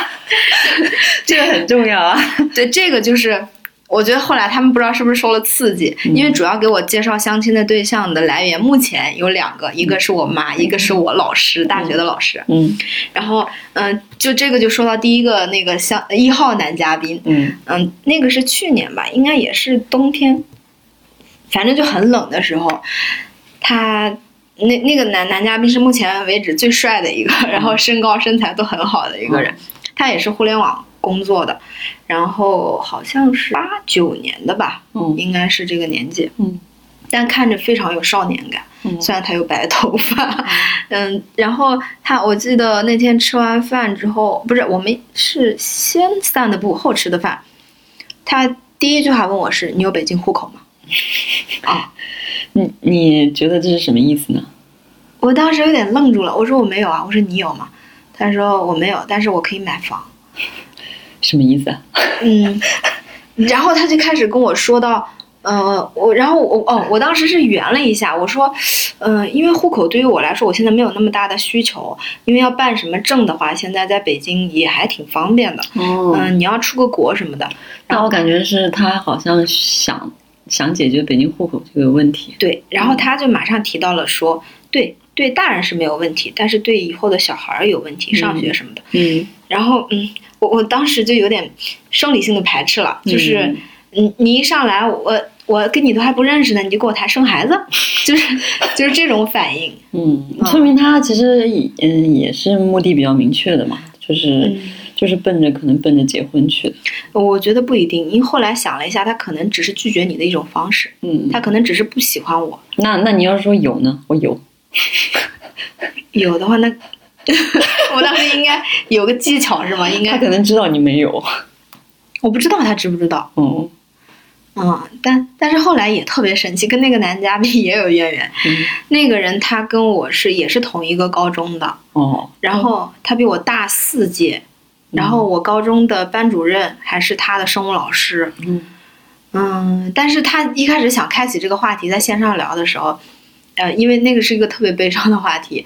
Speaker 1: 这个很重要啊，
Speaker 2: 对这个就是，我觉得后来他们不知道是不是受了刺激，因为主要给我介绍相亲的对象的来源，目前有两个，一个是我妈，一个是我老师，大学的老师。
Speaker 1: 嗯
Speaker 2: 然后，嗯、就这个就说到第一个那个相一号男嘉宾，
Speaker 1: 嗯
Speaker 2: 嗯、那个是去年吧，应该也是冬天，反正就很冷的时候，他。那那个男男嘉宾是目前为止最帅的一个，然后身高身材都很好的一个人，他也是互联网工作的，然后好像是八九年的吧，
Speaker 1: 嗯
Speaker 2: 应该是这个年纪，
Speaker 1: 嗯
Speaker 2: 但看着非常有少年感。
Speaker 1: 嗯
Speaker 2: 虽然他有白头发， 嗯，然后他，我记得那天吃完饭之后，不是我们是先散的步，后吃的饭。他第一句话问我是：“你有北京户口吗
Speaker 1: 你你觉得这是什么意思呢？？”
Speaker 2: 我当时有点愣住了，我说：“我没有啊。”我说：“你有吗？”他说：“我没有，但是我可以买房。”
Speaker 1: 什么意思啊？
Speaker 2: 嗯， 然后他就开始跟我说到，呃，我然后我哦，我当时是圆了一下，我说，嗯、因为户口对于我来说，我现在没有那么大的需求，因为要办什么证的话，现在在北京也还挺方便的。
Speaker 1: 哦
Speaker 2: 嗯、你要出个国什么的，
Speaker 1: 但我感觉是他好像想想解决北京户口这个问题。
Speaker 2: 对。然后他就马上提到了说，对对，大人是没有问题，但是对以后的小孩儿有问题，上学什么的。
Speaker 1: 嗯，
Speaker 2: 然后嗯，我我当时就有点生理性的排斥了，就是。
Speaker 1: 嗯
Speaker 2: 你你一上来我我跟你都还不认识呢，你就给我谈生孩 子，就是就是这种反应。
Speaker 1: 嗯，
Speaker 2: 嗯
Speaker 1: 说明他其实也嗯也是目的比较明确的嘛，就是
Speaker 2: 嗯
Speaker 1: 就是奔着可能奔着结婚去的。
Speaker 2: 我觉得不一定，因为后来想了一下，他可能只是拒绝你的一种方式，
Speaker 1: 嗯，
Speaker 2: 他可能只是不喜欢我。
Speaker 1: 那那你要是说有呢？我有，
Speaker 2: 有的话，那 我当时应该有个技巧是吗？应
Speaker 1: 他
Speaker 2: 该
Speaker 1: 可能知道你没有。
Speaker 2: 我不知道他知不知道。
Speaker 1: 哦，
Speaker 2: 嗯，但但是后来也特别神奇，跟那个男嘉宾也 有渊源。
Speaker 1: 嗯
Speaker 2: 那个人他跟我是也是同一个高中的，
Speaker 1: 哦，
Speaker 2: 然后他比我大四届，
Speaker 1: 嗯
Speaker 2: 然后我高中的班主任还是他的生物老师。
Speaker 1: 嗯
Speaker 2: 嗯，但是他一开始想开启这个话题，在线上聊的时候，呃，因为那个是一个特别悲伤的话题，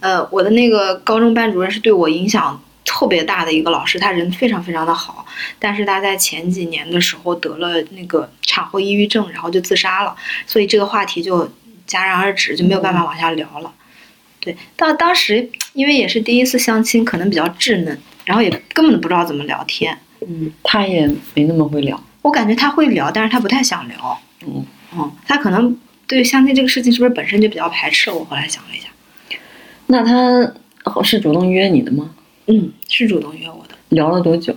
Speaker 2: 呃，我的那个高中班主任是对我影响特别大的一个老师，他人非常非常的好，但是他在前几年的时候得了那个产后抑郁症，然后就自杀了，所以这个话题就戛然而止，就没有
Speaker 1: 嗯
Speaker 2: 办法往下聊了。对，到当时因为也是第一次相亲，可能比较稚嫩，然后也根本不知道怎么聊天。
Speaker 1: 嗯，他也没那么会聊。
Speaker 2: 我感觉他会聊，但是他不太想聊。
Speaker 1: 嗯，
Speaker 2: 嗯，他可能对相亲这个事情是不是本身就比较排斥？我后来想了一下，
Speaker 1: 那他哦是主动约你的吗？
Speaker 2: 嗯，是主动约我的，
Speaker 1: 聊了多久？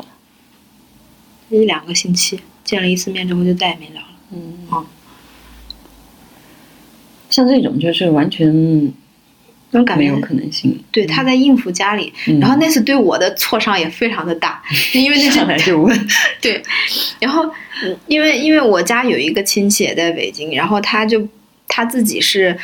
Speaker 2: 一两个星期见了一次面之后就再也没聊了。
Speaker 1: 嗯
Speaker 2: 哦
Speaker 1: 像这种就是完全
Speaker 2: 那种感
Speaker 1: 没
Speaker 2: 觉
Speaker 1: 有，可能性。
Speaker 2: 对，他在应付家里，
Speaker 1: 嗯
Speaker 2: 然后那次对我的挫伤也非常 的大，因为那
Speaker 1: 上来
Speaker 2: 是
Speaker 1: 就 问，
Speaker 2: 对，然后嗯因为因为我家有一个亲戚也在北京，然后他就他自己是。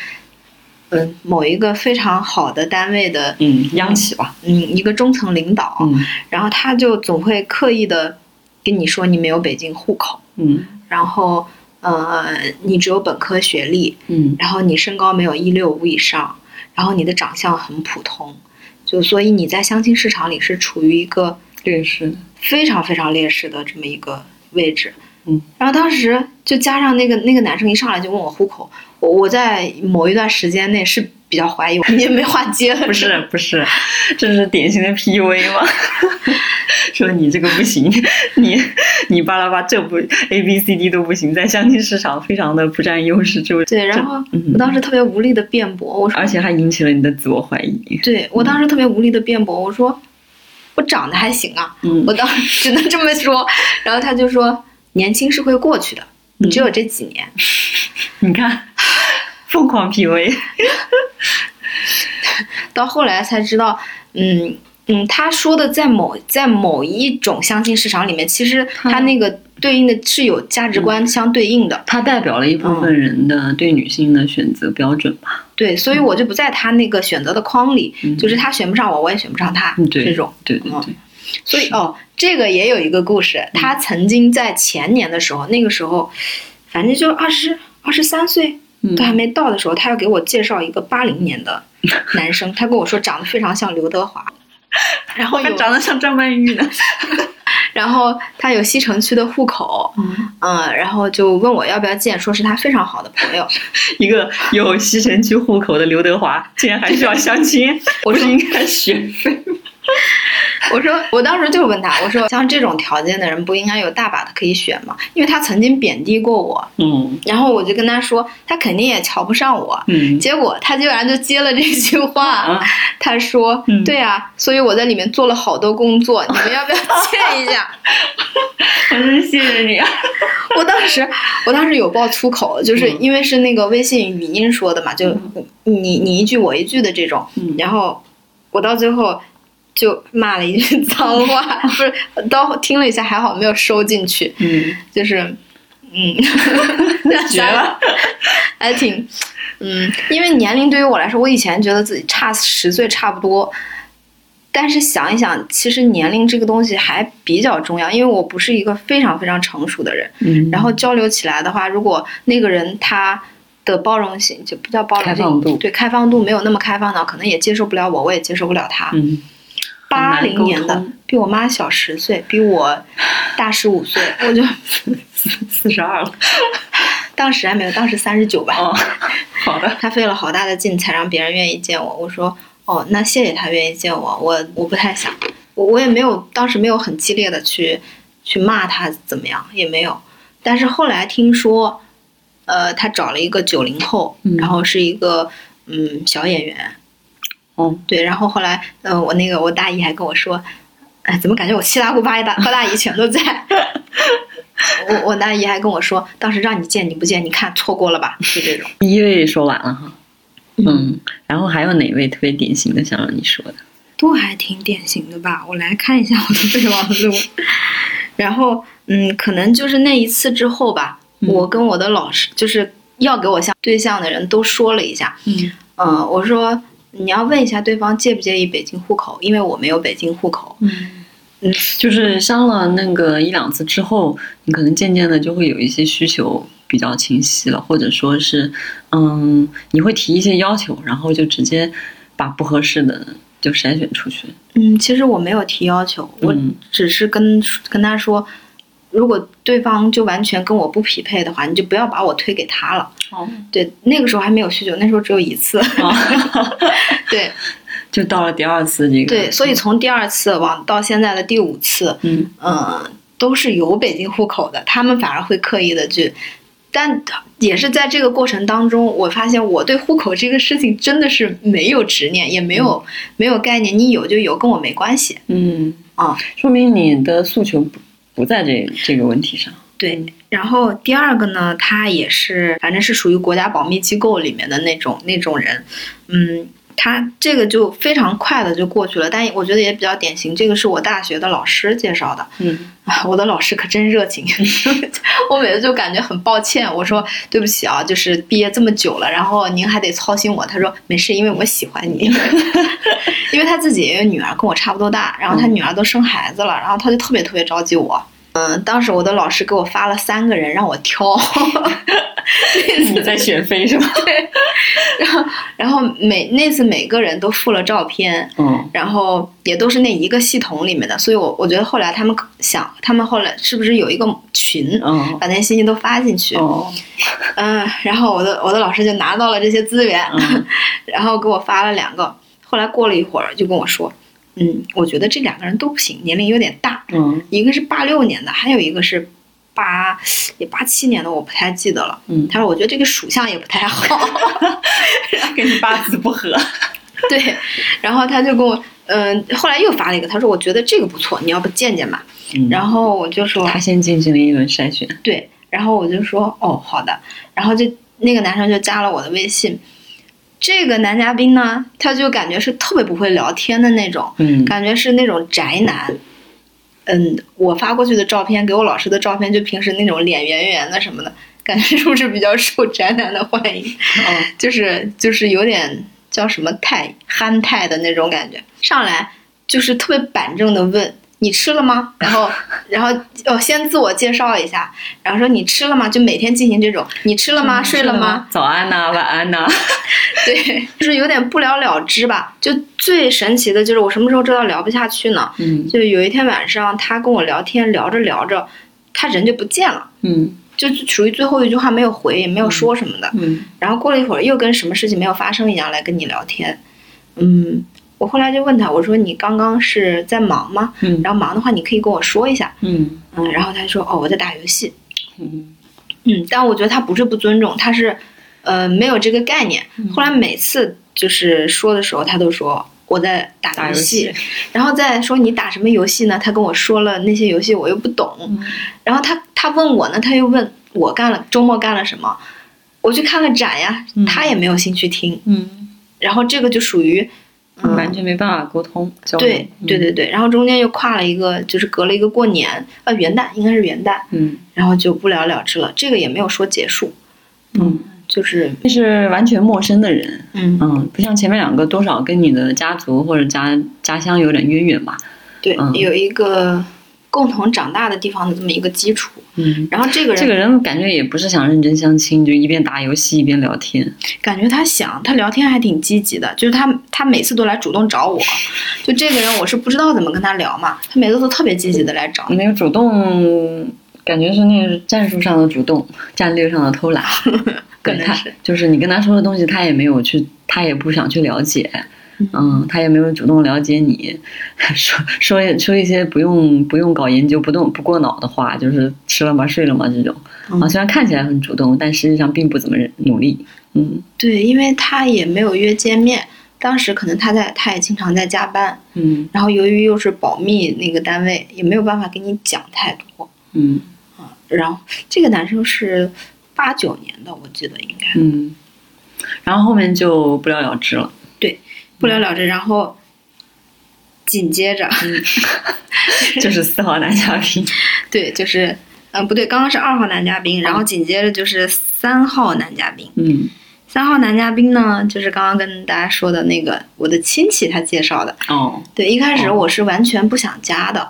Speaker 2: 嗯，某一个非常好的单位的，
Speaker 1: 嗯，央企吧，
Speaker 2: 嗯，一个中层领导，
Speaker 1: 嗯
Speaker 2: 然后他就总会刻意的跟你说你没有北京户口，
Speaker 1: 嗯
Speaker 2: 然后呃，你只有本科学历，
Speaker 1: 嗯
Speaker 2: 然后你身高没有一六五以上，然后你的长相很普通，就所以你在相亲市场里是处于一个
Speaker 1: 劣势，
Speaker 2: 非常非常劣势的这么一个位置。
Speaker 1: 嗯，
Speaker 2: 然后当时就加上那个那个男生一上来就问我户口，我我在某一段时间内是比较怀疑我， 你也没话接了，
Speaker 1: 不是不是，这是典型的 PUA 吗？ 说你这个不行， 你你巴拉巴这不 A B C D 都不行，在相亲市场非常的不占优势，就
Speaker 2: 对，然后
Speaker 1: 嗯
Speaker 2: 我当时特别无力的辩驳，我说
Speaker 1: 而且还引起了你的自我怀疑。
Speaker 2: 对我当时特别无力的辩驳，我说我长得还行啊，
Speaker 1: 嗯
Speaker 2: 我当时只能这么说。 然后他就说，年轻是会过去的，你
Speaker 1: 嗯
Speaker 2: 只有这几年。
Speaker 1: 你看，疯狂 PUA，
Speaker 2: 到后来才知道，嗯嗯，他说的在某在某一种相亲市场里面，其实
Speaker 1: 嗯
Speaker 2: 他那个对应的是有价值观相对应的，
Speaker 1: 它代表了一部分人的对女性的选择标准吧？
Speaker 2: 对，所以我就不在他那个选择的框里，
Speaker 1: 嗯
Speaker 2: 就是他选不上我，我也选不上他
Speaker 1: 嗯，对，
Speaker 2: 这种。，
Speaker 1: 对对对，
Speaker 2: 所以哦，这个也有一个故
Speaker 1: 嗯
Speaker 2: 事。他曾经在前年的时候，那个时候，反正就二十二十三岁
Speaker 1: 嗯
Speaker 2: 都还没到的时候，他要给我介绍一个八零 年的男生，他跟我说长得非常像刘德华， 然后
Speaker 1: 还
Speaker 2: 有
Speaker 1: 长得像张曼玉呢。
Speaker 2: 然后他有西城区的户
Speaker 1: 哦
Speaker 2: 口，嗯，然后就问我要不要见，说是他非常好的朋友。
Speaker 1: 一个有西城区户口的刘德华，竟然还需要相亲，
Speaker 2: 我
Speaker 1: 我
Speaker 2: 说
Speaker 1: 是应该学费？
Speaker 2: 我说，我当时就是问他，我说像这种条件的人不应该有大把的可以选吗？因为他曾经贬低过我，
Speaker 1: 嗯
Speaker 2: 然后我就跟他说，他肯定也瞧不上我，
Speaker 1: 嗯
Speaker 2: 结果他居然就接了这句话，
Speaker 1: 啊，
Speaker 2: 他说：“
Speaker 1: 嗯
Speaker 2: 对啊，所以我在里面做了好多工作，你们要不要见一下
Speaker 1: 我真谢谢你啊！？”
Speaker 2: 我当时，我当时有爆粗口，就是
Speaker 1: 嗯
Speaker 2: 因为是那个微信语音说的嘛，就你你一句我一句的这种，
Speaker 1: 嗯
Speaker 2: 然后我到最后。就骂了一句脏话， 不是，到听了一下，还好没有收进去，
Speaker 1: 嗯，
Speaker 2: 就是，嗯，
Speaker 1: 绝了，
Speaker 2: 还挺，嗯，因为年龄对于我来说，我以前觉得自己差十岁差不多，但是想一想，其实年龄这个东西还比较重要，因为我不是一个非常非常成熟的人。
Speaker 1: 嗯
Speaker 2: 然后交流起来的话，如果那个人他的包容性就不叫包容性，
Speaker 1: 开放度
Speaker 2: 对开放度没有那么开放的，可能也接受不了我，我也接受不了他。
Speaker 1: 嗯，
Speaker 2: 八零、年
Speaker 1: 很难
Speaker 2: 的
Speaker 1: 沟通，
Speaker 2: 比我妈小十岁，比我大十五 岁，我就
Speaker 1: 四十二了
Speaker 2: 当时还没有，当时三十九吧。
Speaker 1: 哦，好的，
Speaker 2: 他费了好大的劲才让别人愿意见我。我说哦，那谢谢他愿意见我，我我不太想，我我也没有当时没有很激烈的去去骂他怎么样，也没有。但是后来听说，呃，他找了一个九零后
Speaker 1: 嗯，
Speaker 2: 然后是一个嗯小演员，
Speaker 1: 哦，
Speaker 2: 对，然后后来，呃，我那个我大姨还跟我说，哎，怎么感觉我七大姑八大八大姨全都在？ 我我大姨还跟我说，当时让你见你不见，你看错过了吧，就这种。
Speaker 1: 第一位说完了哈，嗯，然后还有哪位特别典型的想让你说的？
Speaker 2: 都还挺典型的吧。我来看一下我的备忘录， 然后嗯，可能就是那一次之后吧，
Speaker 1: 嗯
Speaker 2: 我跟我的老师就是要给我相对象的人都说了一下，
Speaker 1: 嗯
Speaker 2: 嗯、我说你要问一下对方介不介意北京户口，因为我没有北京户口。
Speaker 1: 嗯
Speaker 2: 嗯
Speaker 1: 就是相了那个一两次之后，你可能渐渐的就会有一些需求比较清晰了，或者说是，嗯，你会提一些要求，然后就直接把不合适的就筛选出去。
Speaker 2: 嗯，其实我没有提要求，我
Speaker 1: 嗯
Speaker 2: 只是跟跟他说，如果对方就完全跟我不匹配的话，你就不要把我推给他了。
Speaker 1: 哦，
Speaker 2: 对，那个时候还没有需求，那时候只有一次。对
Speaker 1: 就到了第二次这个。
Speaker 2: 对，所以从第二次往到现在的第五次，
Speaker 1: 嗯
Speaker 2: 嗯，都是有北京户口的，他们反而会刻意的去。但也是在这个过程当中，我发现我对户口这个事情真的是没有执念，也没有、没有概念。你有就有，跟我没关系。
Speaker 1: 嗯
Speaker 2: 啊，
Speaker 1: 说明你的诉求不不在这这个问题上。
Speaker 2: 对，然后第二个呢，他也是，反正是属于国家保密机构里面的那种那种人，嗯，他这个就非常快的就过去了，但我觉得也比较典型，这个是我大学的老师介绍的，
Speaker 1: 嗯
Speaker 2: 啊， 我的老师可真热情，我每次就感觉很抱歉，我说对不起啊，就是毕业这么久了，然后您还得操心我。他说没事，因为我喜欢你，因为他自己也有女儿，跟我差不多大，然后他女儿都生孩子了，然后他就特别特别着急我。嗯，当时我的老师给我发了三个人让我挑，
Speaker 1: 你在选妃 是吧？
Speaker 2: 然后每那次每个人都附了照片，
Speaker 1: 嗯
Speaker 2: 然后也都是那一个系统里面的，所以我我觉得后来他们想，他们后来是不是有一个群，
Speaker 1: 嗯
Speaker 2: 把那些信息都发进去？
Speaker 1: 哦
Speaker 2: 嗯，然后我的我的老师就拿到了这些资源，
Speaker 1: 嗯
Speaker 2: 然后给我发了两个。后来过了一会儿，就跟我说，嗯，我觉得这两个人都不行，年龄有点大，
Speaker 1: 嗯
Speaker 2: 一个是八六年的，还有一个是八也八七年的，我不太记得了。
Speaker 1: 嗯，
Speaker 2: 他说我觉得这个属相也不太好，
Speaker 1: 跟你八字不合。
Speaker 2: 对，然后他就跟我，嗯、后来又发了一个，他说我觉得这个不错，你要不见见吧？
Speaker 1: 嗯
Speaker 2: 然后我就说，
Speaker 1: 他先进行了一轮筛选。
Speaker 2: 对，然后我就说哦好的，然后就那个男生就加了我的微信。这个男嘉宾呢，他就感觉是特别不会聊天的那种，
Speaker 1: 嗯
Speaker 2: 感觉是那种宅男。嗯，我发过去的照片，给我老师的照片，就平时那种脸圆圆的什么的，感觉是不是比较受宅男的欢迎？
Speaker 1: 哦
Speaker 2: 就是就是有点叫什么态憨态的那种感觉，上来就是特别板正的问你吃了吗？然 后然后哦先自我介绍一下，然后说你吃了吗？就每天进行这种你吃了吗？嗯睡了吗？？
Speaker 1: 早安呐，晚安呐。
Speaker 2: 对，就是有点不了了之吧。就最神奇的就是我什么时候知道聊不下去呢？
Speaker 1: 嗯
Speaker 2: 就有一天晚上他跟我聊天，聊着聊着，他人就不见了。
Speaker 1: 嗯
Speaker 2: 就属于最后一句话没有回，也没有说什么的，
Speaker 1: 嗯
Speaker 2: 然后过了一会儿，又跟什么事情没有发生一样来跟你聊天。嗯，我后来就问他，我说你刚刚是在忙吗？
Speaker 1: 嗯
Speaker 2: 然后忙的话，你可以跟我说一下。
Speaker 1: 嗯
Speaker 2: 嗯，然后他说哦，我在打游戏。
Speaker 1: 嗯
Speaker 2: 嗯，但我觉得他不是不尊重，他是呃没有这个概念。后来每次就是说的时候，他都说我在打
Speaker 1: 打游
Speaker 2: 游戏，
Speaker 1: 戏
Speaker 2: 然后再说你打什么游戏呢？他跟我说了那些游戏我又不懂，然后他他问我呢，他又问我干了周末干了什么，我去看了展呀
Speaker 1: 嗯，
Speaker 2: 他也没有兴趣听。
Speaker 1: 嗯，
Speaker 2: 然后这个就属于，嗯，
Speaker 1: 完全没办法沟通嗯交流。
Speaker 2: 对对对对，然后中间又跨了一个，就是隔了一个过年，呃，元旦应该是元旦，
Speaker 1: 嗯
Speaker 2: 然后就不了了之了。这个也没有说结束，
Speaker 1: 嗯，
Speaker 2: 就是
Speaker 1: 这是完全陌生的人。
Speaker 2: 嗯，
Speaker 1: 嗯，不像前面两个，多少跟你的家族或者家家乡有点渊源吧。
Speaker 2: 对，
Speaker 1: 嗯
Speaker 2: 有一个共同长大的地方的这么一个基础。
Speaker 1: 嗯，
Speaker 2: 然后这个人
Speaker 1: 这个人感觉也不是想认真相亲，就一边打游戏一边聊天。
Speaker 2: 感觉他想，他聊天还挺积极的，就是他他每次都来主 动找我，就这个人我是不知道怎么跟他聊嘛，他每次都特别积极的来找我。
Speaker 1: 啊没有主动，感觉是那个战术上的主动，战略上的偷 懒。
Speaker 2: 可
Speaker 1: 对
Speaker 2: 能
Speaker 1: 他
Speaker 2: 是
Speaker 1: 就是你跟他说的东西，他也没有去，他也不想去了解，
Speaker 2: 嗯
Speaker 1: 嗯，他也没有主动了解你， 说说说一些不用不用搞研究、不动不过脑的话，就是吃了吗、睡了吗这种啊。
Speaker 2: 嗯
Speaker 1: 虽然看起来很主动，但实际上并不怎么努力。嗯
Speaker 2: 对，因为他也没有约见面，当时可能他在他也经常在加班，
Speaker 1: 嗯
Speaker 2: 然后由于又是保密那个单位，也没有办法给你讲太多。
Speaker 1: 嗯
Speaker 2: 然后这个男生是八九年的，我记得应该
Speaker 1: 嗯，然后后面就不了了之了。
Speaker 2: 不了了之。然后紧接着，
Speaker 1: 嗯 就是四号男嘉宾，
Speaker 2: 对，就是嗯、呃不对，刚刚是二号男嘉宾，
Speaker 1: 哦
Speaker 2: 然后紧接着就是三号男嘉宾。
Speaker 1: 嗯，
Speaker 2: 三号男嘉宾呢，就是刚刚跟大家说的那个我的亲戚他介绍的。
Speaker 1: 哦，
Speaker 2: 对，一开始
Speaker 1: 哦
Speaker 2: 我是完全不想加的，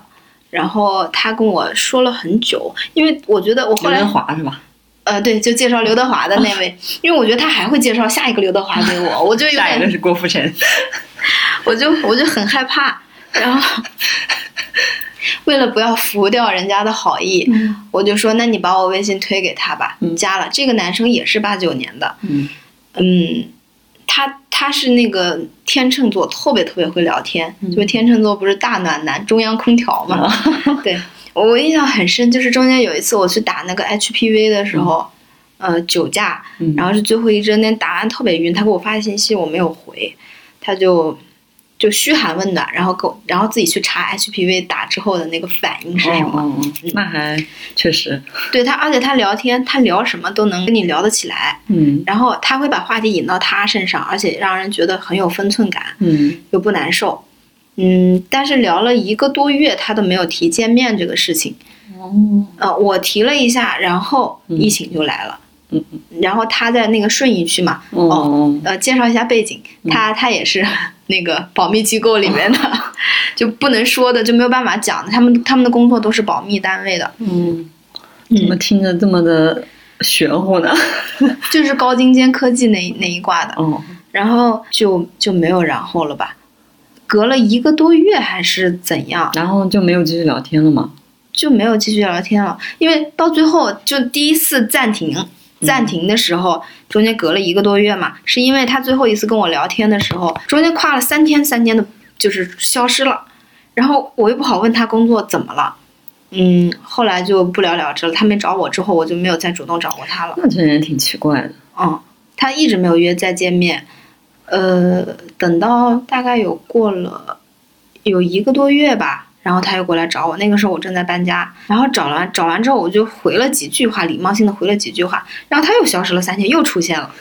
Speaker 2: 然后他跟我说了很久，因为我觉得我后
Speaker 1: 刘
Speaker 2: 来
Speaker 1: 德华是吧？
Speaker 2: 呃，对，就介绍刘德华的那位， 因为我觉得他还会介绍下一个刘德华给我，我就有
Speaker 1: 下一
Speaker 2: 点
Speaker 1: 个是郭富 城，
Speaker 2: 我就我就很害怕，然后为了不要服掉人家的好意，
Speaker 1: 嗯
Speaker 2: 我就说那你把我微信推给他吧，
Speaker 1: 嗯
Speaker 2: 加了。这个男生也是八九年的，
Speaker 1: 嗯
Speaker 2: 嗯，他他是那个天秤座，特别特别会聊天，
Speaker 1: 嗯
Speaker 2: 就是天秤座不是大暖男、中央空调嘛，
Speaker 1: 嗯
Speaker 2: 对。我印象很深，就是中间有一次我去打那个 HPV 的时候，呃，酒驾，
Speaker 1: 嗯
Speaker 2: 然后是最后一针，那打完特别晕，他给我发信息我没有回，他就就嘘寒问暖，然后给我，然后自己去查 HPV 打之后的那个反应是什么。
Speaker 1: 哦哦哦，那还确实，
Speaker 2: 对他，而且他聊天，他聊什么都能跟你聊得起来，
Speaker 1: 嗯
Speaker 2: 然后他会把话题引到他身上，而且让人觉得很有分寸感，
Speaker 1: 嗯
Speaker 2: 又不难受。嗯，但是聊了一个多月，他都没有提见面这个事情。
Speaker 1: 哦，
Speaker 2: 呃，我提了一下，然后
Speaker 1: 嗯
Speaker 2: 疫情就来了。
Speaker 1: 嗯
Speaker 2: 然后他在那个顺义区嘛，
Speaker 1: 哦
Speaker 2: 呃，介绍一下背景，他他也是 那个保密机构里面的， 就不能说的，就没有办法讲的。他们他们的工作都是保密单位的，
Speaker 1: 嗯，怎么听着这么的玄乎呢？
Speaker 2: 就是高精尖科技那那一挂的。
Speaker 1: 哦，
Speaker 2: 然后就就没有然后了吧？隔了一个多月还是怎样，
Speaker 1: 然后就没有继续聊天了嘛？
Speaker 2: 就没有继续聊天了。因为到最后就第一次暂停，暂停的时候、中间隔了一个多月嘛，是因为他最后一次跟我聊天的时候，中间跨了三天，三天的就是消失了。然后我又不好问他工作怎么了，嗯，后来就不了了之了。他没找我之后，我就没有再主动找过他了。
Speaker 1: 那这人也挺奇怪的。
Speaker 2: 嗯，他一直没有约再见面。呃，等到大概有过了有一个多月吧，然后他又过来找我。那个时候我正在搬家，然后找完找完之后，我就回了几句话，礼貌性的回了几句话，然后他又消失了三天，又出现了。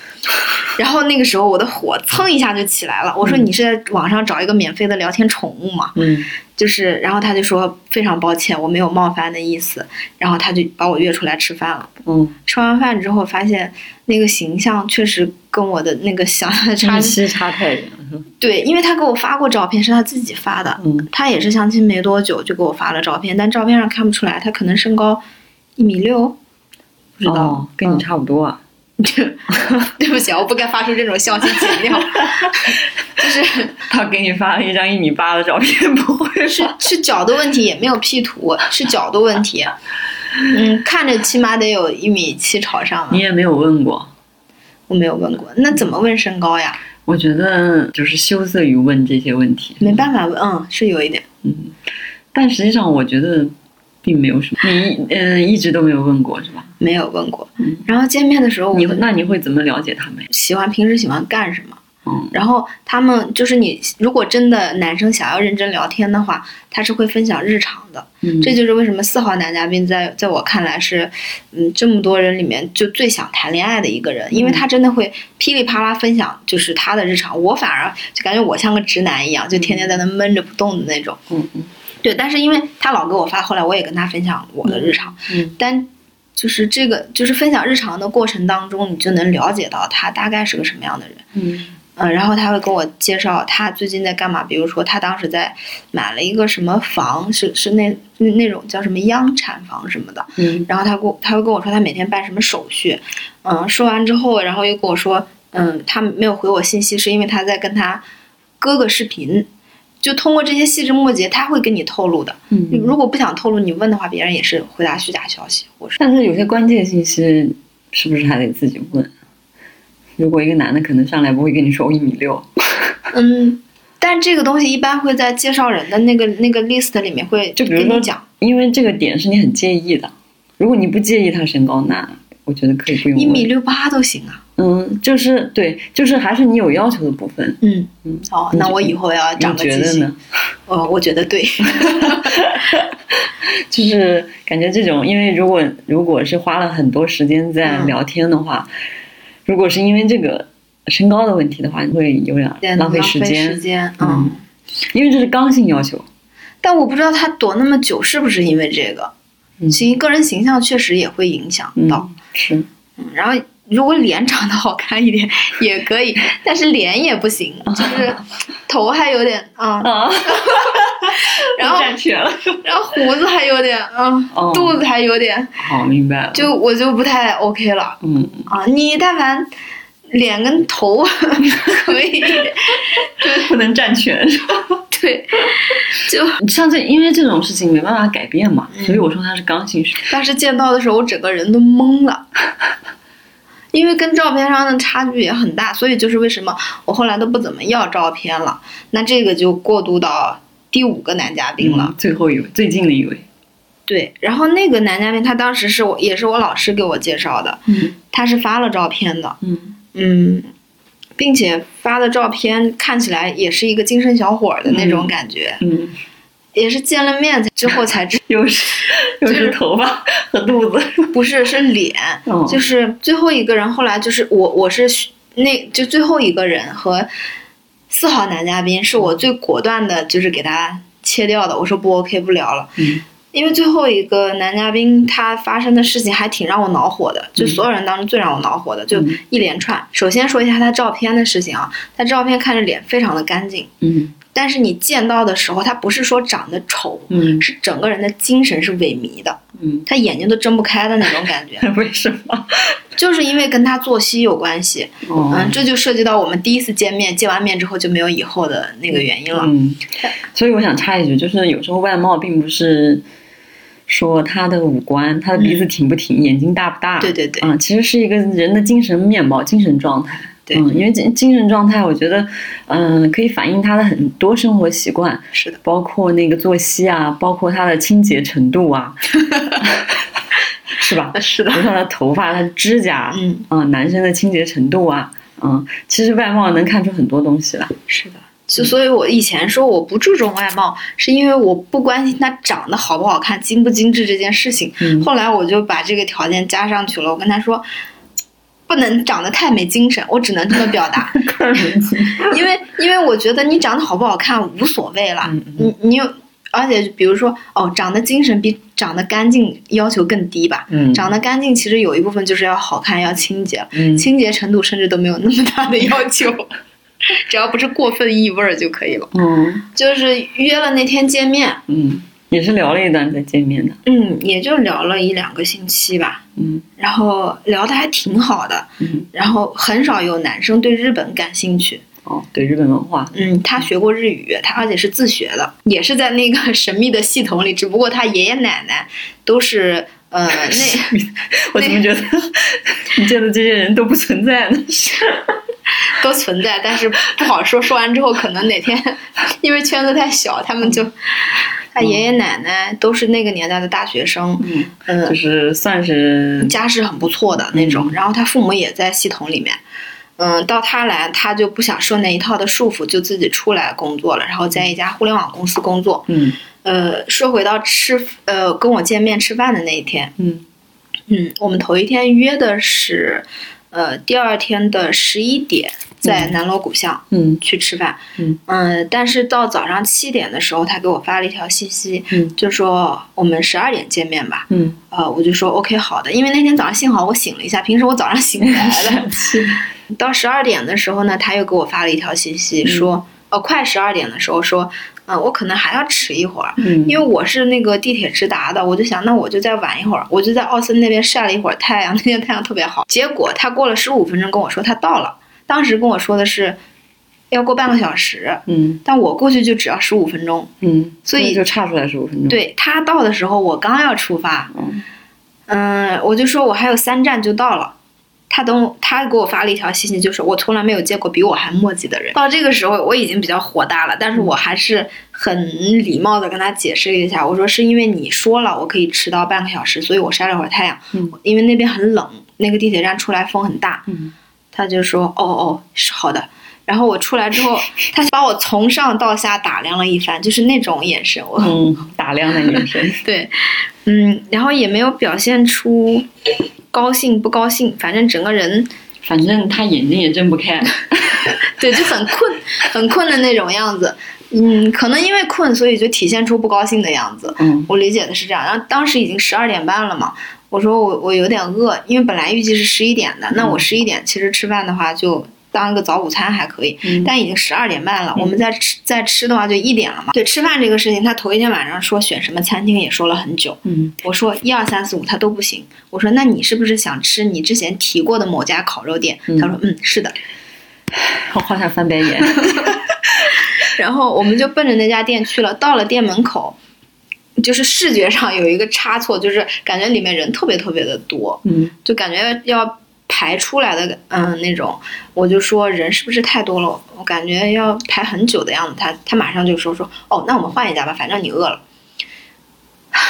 Speaker 2: 然后那个时候我的火蹭一下就起来了，我说
Speaker 1: 嗯
Speaker 2: 你是在网上找一个免费的聊天宠物吗？
Speaker 1: 嗯
Speaker 2: 就是，然后他就说非常抱歉，我没有冒犯的意思，然后他就把我约出来吃饭了。
Speaker 1: 嗯，
Speaker 2: 吃完饭之后，发现那个形象确实跟我的那个想象的差
Speaker 1: 预
Speaker 2: 距。
Speaker 1: 期差太远了是吧？
Speaker 2: 对，因为他给我发过照片，是他自己发的。
Speaker 1: 嗯
Speaker 2: 他也是相亲没多久就给我发了照片，但照片上看不出来，他可能身高一米六，不知道。
Speaker 1: 哦，跟你
Speaker 2: 嗯
Speaker 1: 差不多啊。
Speaker 2: 对不起啊，我不该发出这种笑，请剪掉。就是
Speaker 1: 他给你发了一张一米八的照片，不会
Speaker 2: 是
Speaker 1: 吧？
Speaker 2: 是脚的问题，也没有 P 图，是脚的问题。嗯，看着起码得有一米七朝上
Speaker 1: 你
Speaker 2: 吧。
Speaker 1: 也没有问过。
Speaker 2: 我没有问过，那怎么问身高呀？
Speaker 1: 我觉得就是羞涩于问这些问题，
Speaker 2: 没办法问，嗯，是有一点。
Speaker 1: 嗯，但实际上我觉得并没有什么，你嗯、呃、一直都没有问过是吧？
Speaker 2: 没有问过
Speaker 1: 嗯。
Speaker 2: 然后见面的时候，我
Speaker 1: 你
Speaker 2: 会
Speaker 1: 那你会怎么了解他们呀？
Speaker 2: 喜欢平时喜欢干什么？
Speaker 1: 嗯
Speaker 2: 然后他们就是你，如果真的男生想要认真聊天的话，他是会分享日常的。
Speaker 1: 嗯
Speaker 2: 这就是为什么四号男嘉宾在在我看来是，嗯，这么多人里面就最想谈恋爱的一个
Speaker 1: 嗯
Speaker 2: 人，因为他真的会噼里啪啦分享就是他的日常。我反而就感觉我像个直男一样，就天天在那闷着不动的那种。
Speaker 1: 嗯嗯
Speaker 2: 对，但是因为他老给我发，后来我也跟他分享我的日常，
Speaker 1: 嗯
Speaker 2: 但就是这个，就是分享日常的过程当中，你就能了解到他大概是个什么样的人。
Speaker 1: 嗯
Speaker 2: 嗯，然后他会跟我介绍他最近在干嘛，比如说他当时在买了一个什么房，是是那那那种叫什么央产房什么的。
Speaker 1: 嗯
Speaker 2: 然后他跟我他会跟我说他每天办什么手续，嗯，说完之后，然后又跟我说，嗯，他没有回我信息是因为他在跟他哥哥视频，就通过这些细枝末节，他会跟你透露的。
Speaker 1: 嗯。
Speaker 2: 如果不想透露，你问的话，别人也是回答虚假消息。我说
Speaker 1: 但是有些关键信息是不是还得自己问？如果一个男的可能上来不会跟你说我一米六，
Speaker 2: 嗯，但这个东西一般会在介绍人的那个那个 list 里面会
Speaker 1: 就比如
Speaker 2: 跟
Speaker 1: 说
Speaker 2: 你讲，
Speaker 1: 因为这个点是你很介意的。如果你不介意他身高，那我觉得可以不用
Speaker 2: 一米
Speaker 1: 问
Speaker 2: 六八都行啊。
Speaker 1: 嗯，就是对，就是还是你有要求的部分。
Speaker 2: 嗯
Speaker 1: 嗯，
Speaker 2: 哦，
Speaker 1: 你
Speaker 2: 那
Speaker 1: 觉
Speaker 2: 我以后要
Speaker 1: 你
Speaker 2: 长个
Speaker 1: 觉
Speaker 2: 记
Speaker 1: 得
Speaker 2: 性。
Speaker 1: 呢？
Speaker 2: 呃，我觉得 对。
Speaker 1: 就是感觉这种，因为如果如果是花了很多时间在
Speaker 2: 嗯
Speaker 1: 聊天的话，如果是因为这个身高的问题的话，你会有点浪费时间，
Speaker 2: 时间，
Speaker 1: 嗯
Speaker 2: 嗯。
Speaker 1: 因为这是刚性要求。
Speaker 2: 但我不知道他躲那么久是不是因为这个
Speaker 1: 嗯，
Speaker 2: 形个人形象确实也会影响
Speaker 1: 嗯
Speaker 2: 到。，
Speaker 1: 是，
Speaker 2: 嗯然后如果脸长得好看一点也可以， 但是脸也 不行，就是头还有点嗯，
Speaker 1: 啊，
Speaker 2: 然后
Speaker 1: 占全了。
Speaker 2: 然后胡子还有点嗯，
Speaker 1: 哦
Speaker 2: 肚子还有点，
Speaker 1: 好，明白了。
Speaker 2: 就我就不太 OK 了
Speaker 1: 嗯，
Speaker 2: 啊。你但凡脸跟头 可以，
Speaker 1: 不能占全。
Speaker 2: 对，就
Speaker 1: 像这，因为这种事情没办法改变嘛，
Speaker 2: 嗯
Speaker 1: 所以我说它是刚性需求。
Speaker 2: 当时见到的时候，我整个人都懵了， 因为跟照片上的差距也很大，所以就是为什么我后来都不怎么要照片了。那这个就过渡到第五个男嘉宾了，
Speaker 1: 嗯，最后一位，最近的一位。
Speaker 2: 对。然后那个男嘉宾他当时是我也是我老师给我介绍的，
Speaker 1: 嗯
Speaker 2: 他是发了照片的，
Speaker 1: 嗯
Speaker 2: 嗯，并且发的照片看起来也是一个精神小伙儿的那
Speaker 1: 嗯
Speaker 2: 种感觉，
Speaker 1: 嗯，
Speaker 2: 也是见了面之后才知，
Speaker 1: 又是又
Speaker 2: 就是
Speaker 1: 是头发和肚子。
Speaker 2: 不是是脸。
Speaker 1: 嗯
Speaker 2: 就是最后一个人，后来就是我，我是那就最后一个人和四号男嘉宾是我最果断的，就是给他切掉的。我说不 OK，不聊了，
Speaker 1: 嗯
Speaker 2: 因为最后一个男嘉宾他发生的事情还挺让我恼火的，就所有人当中最让我恼火的，就
Speaker 1: 嗯
Speaker 2: 一连串。首先说一下他照片的事情啊，他照片看着脸非常的干净，
Speaker 1: 嗯
Speaker 2: 但是你见到的时候，他不是说长得丑，
Speaker 1: 嗯
Speaker 2: 是整个人的精神是萎靡的，
Speaker 1: 嗯，
Speaker 2: 他眼睛都睁不开的那种感觉。
Speaker 1: 为什么？
Speaker 2: 就是因为跟他作息有关系，
Speaker 1: 哦
Speaker 2: 嗯，这就涉及到我们第一次见面，见完面之后就没有以后的那个原因了。
Speaker 1: 嗯，所以我想插一句，就是有时候外貌并不是说他的五官，他的鼻子挺不挺，眼睛大不大，
Speaker 2: 对对对
Speaker 1: 嗯，其实是一个人的精神面貌、精神状态。
Speaker 2: 对
Speaker 1: 嗯，因为精精神状态，我觉得，嗯、可以反映他的很多生活习惯，
Speaker 2: 是的，
Speaker 1: 包括那个作息啊，包括他的清洁程度 啊，呃是吧？
Speaker 2: 是
Speaker 1: 比，如说他的头发、他的指甲，
Speaker 2: 嗯，
Speaker 1: 嗯、男生的清洁程度啊，嗯、其实外貌能看出很多东西来。
Speaker 2: 是的。就所以，我以前说我不注重外貌，是因为我不关心他长得好不好看、精不精致这件事情。
Speaker 1: 嗯
Speaker 2: 后来我就把这个条件加上去了，我跟他说，不能长得太没精神，我只能这么表达。
Speaker 1: 个人经
Speaker 2: 因为因为我觉得你长得好不好看无所谓了，
Speaker 1: 嗯嗯
Speaker 2: 你你有，而且比如说哦，长得精神比长得干净要求更低吧。
Speaker 1: 嗯
Speaker 2: 长得干净其实有一部分就是要好看，要清洁，
Speaker 1: 嗯
Speaker 2: 清洁程度甚至都没有那么大的要求， 只要不是过分异味儿就可以了。
Speaker 1: 嗯
Speaker 2: 就是约了那天见面，
Speaker 1: 嗯，也是聊了一段再见面的。
Speaker 2: 嗯，也就聊了一两个星期吧，
Speaker 1: 嗯
Speaker 2: 然后聊的还挺好的，
Speaker 1: 嗯，
Speaker 2: 然后很少有男生对日本感兴趣，
Speaker 1: 哦，对日本文化，
Speaker 2: 嗯，他学过日语，他而且是自学的，也是在那个 神秘的系统里，只不过他爷爷奶奶都是呃那
Speaker 1: 我怎么觉得 你见的这些人都不存在呢？
Speaker 2: 都存在，但是不好说。说完之后，可能哪天因为圈子太小，他们就他爷爷奶奶都是那个年代的大学生，
Speaker 1: 嗯，
Speaker 2: 嗯
Speaker 1: 就，是算是
Speaker 2: 家世很不错的那种，然后他父母也在系统里面。嗯，到他来，他就不想受那一套的束缚，就自己出来工作了，然后在一家互联网公司工作。
Speaker 1: 嗯
Speaker 2: 呃，说回到吃，呃，跟我见面吃饭的那一天，
Speaker 1: 嗯
Speaker 2: 嗯，我们头一天约的是，呃，第二天的十一点在南锣鼓巷
Speaker 1: 嗯
Speaker 2: 去吃饭，
Speaker 1: 嗯
Speaker 2: 呃但是到早上七点的时候，他给我发了一条信息，
Speaker 1: 嗯
Speaker 2: 就说我们十二点见面吧，
Speaker 1: 嗯，
Speaker 2: 呃，我就说 OK 好的，因为那天早上幸好我醒了一下，平时我早上醒不来的， 到十二点的时候呢，他又给我发了一条信息
Speaker 1: 嗯
Speaker 2: 说，呃，快十二点的时候说，嗯、我可能还要迟一会儿，
Speaker 1: 嗯，为
Speaker 2: 因为我是那个地铁直达的，我就想，那我就再晚一会儿，我就在奥森那边晒了一会儿太阳，那 天太阳特别好。结果他过了十五分钟跟我说他到了，当时跟我说的是要过半个小时，
Speaker 1: 嗯
Speaker 2: 但我过去就只要十五分钟。
Speaker 1: 嗯，
Speaker 2: 所以
Speaker 1: 那就差出来十五分钟。，
Speaker 2: 对他到的时候，我刚要出发，
Speaker 1: 嗯
Speaker 2: 嗯，我就说我还有三站就到了。他等我，他给我发了一条信息，就是我从来没有见过比我还磨叽的人。到这个时候，我已经比较火大了，但是我还是很礼貌的跟他解释了一下，我说是因为你说了我可以迟到半个小时，所以我晒了会儿太阳，
Speaker 1: 嗯
Speaker 2: 因为那边很冷，那个地铁站出来风很大，
Speaker 1: 嗯
Speaker 2: 他就说哦哦是好的。然后我出来之后，他把我从上到下打量了一番，就是那种眼神，我、
Speaker 1: 嗯，打量的眼 神，
Speaker 2: 对，嗯，然后也没有表现出高兴不高兴，反正整个人
Speaker 1: 反正他眼睛也睁不 开。
Speaker 2: 对就很困很困的那种样子。嗯，可能因为困，所以就体现出不高兴的样子。
Speaker 1: 嗯
Speaker 2: 我理解的是这样。然后当时已经十二点半了嘛，我说我我有点饿，因为本来预计是十一点的，那我十一点其实吃饭的话就当个早午餐还可以，
Speaker 1: 嗯
Speaker 2: 但已经十二点半了，
Speaker 1: 嗯
Speaker 2: 我们再吃再吃的话就一点了嘛。对，吃饭这个事情，他头一天晚上说选什么餐厅也说了很久，
Speaker 1: 嗯
Speaker 2: 我说一二三四五他都不行，我说那你是不是想吃你之前提过的某家烤肉店？
Speaker 1: 嗯
Speaker 2: 他说嗯是的，
Speaker 1: 我好想翻白 眼。
Speaker 2: 然后我们就奔着那家店去了。到了店门口，就是视觉上有一个差错，就是感觉里面人特别特别的多，
Speaker 1: 嗯
Speaker 2: 就感觉要排出来的，嗯，那种。我就说人是不是太多了？我感觉要排很久的样子。他他马上就说说哦，那我们换一家吧，反正你饿了。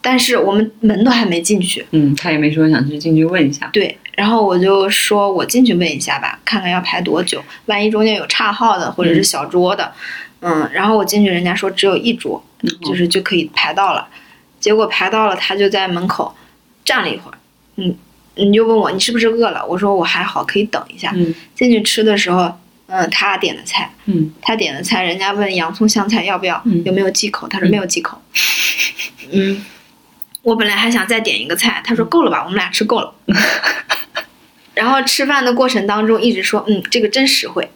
Speaker 2: 但是我们门都还没进去，
Speaker 1: 嗯，他也没说想去进去问一下。
Speaker 2: 对，然后我就说我进去问一下吧，看看要排多久，万一中间有差号的或者是小桌的，嗯然后我进去，人家说只有一桌，就是就可以排到了，结果排到了，他就在门口站了一会儿，嗯，你就问我你是不是饿了，我说我还好，可以等一下。
Speaker 1: 嗯
Speaker 2: 进去吃的时候，嗯，他点的菜，
Speaker 1: 嗯
Speaker 2: 他点的菜，人家问洋葱香菜要不要，
Speaker 1: 嗯
Speaker 2: 有没有忌口，他说
Speaker 1: 嗯
Speaker 2: 没有忌口。嗯，我本来还想再点一个菜，他说够
Speaker 1: 嗯
Speaker 2: 了吧，我们俩吃够 了。然后吃饭的过程当中一直说，嗯，这个真实惠。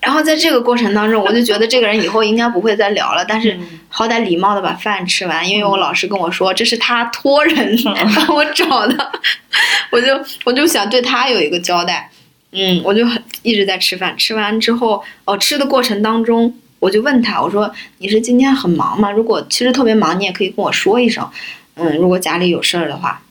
Speaker 2: 然后在这个过程当中，我就觉得这个人以后应该不会再聊了，但是
Speaker 1: 嗯
Speaker 2: 好歹礼貌的把饭吃完，因为我老师跟我说这是他托人
Speaker 1: 嗯
Speaker 2: 帮我找的， 我就我就想对他有一个交代。嗯，我就很一直在吃饭，吃完之后，哦，吃的过程当中，我就问他，我说你是今天很忙吗？如果其实特别忙，你也可以跟我说一声。嗯，如果家里有事儿的话，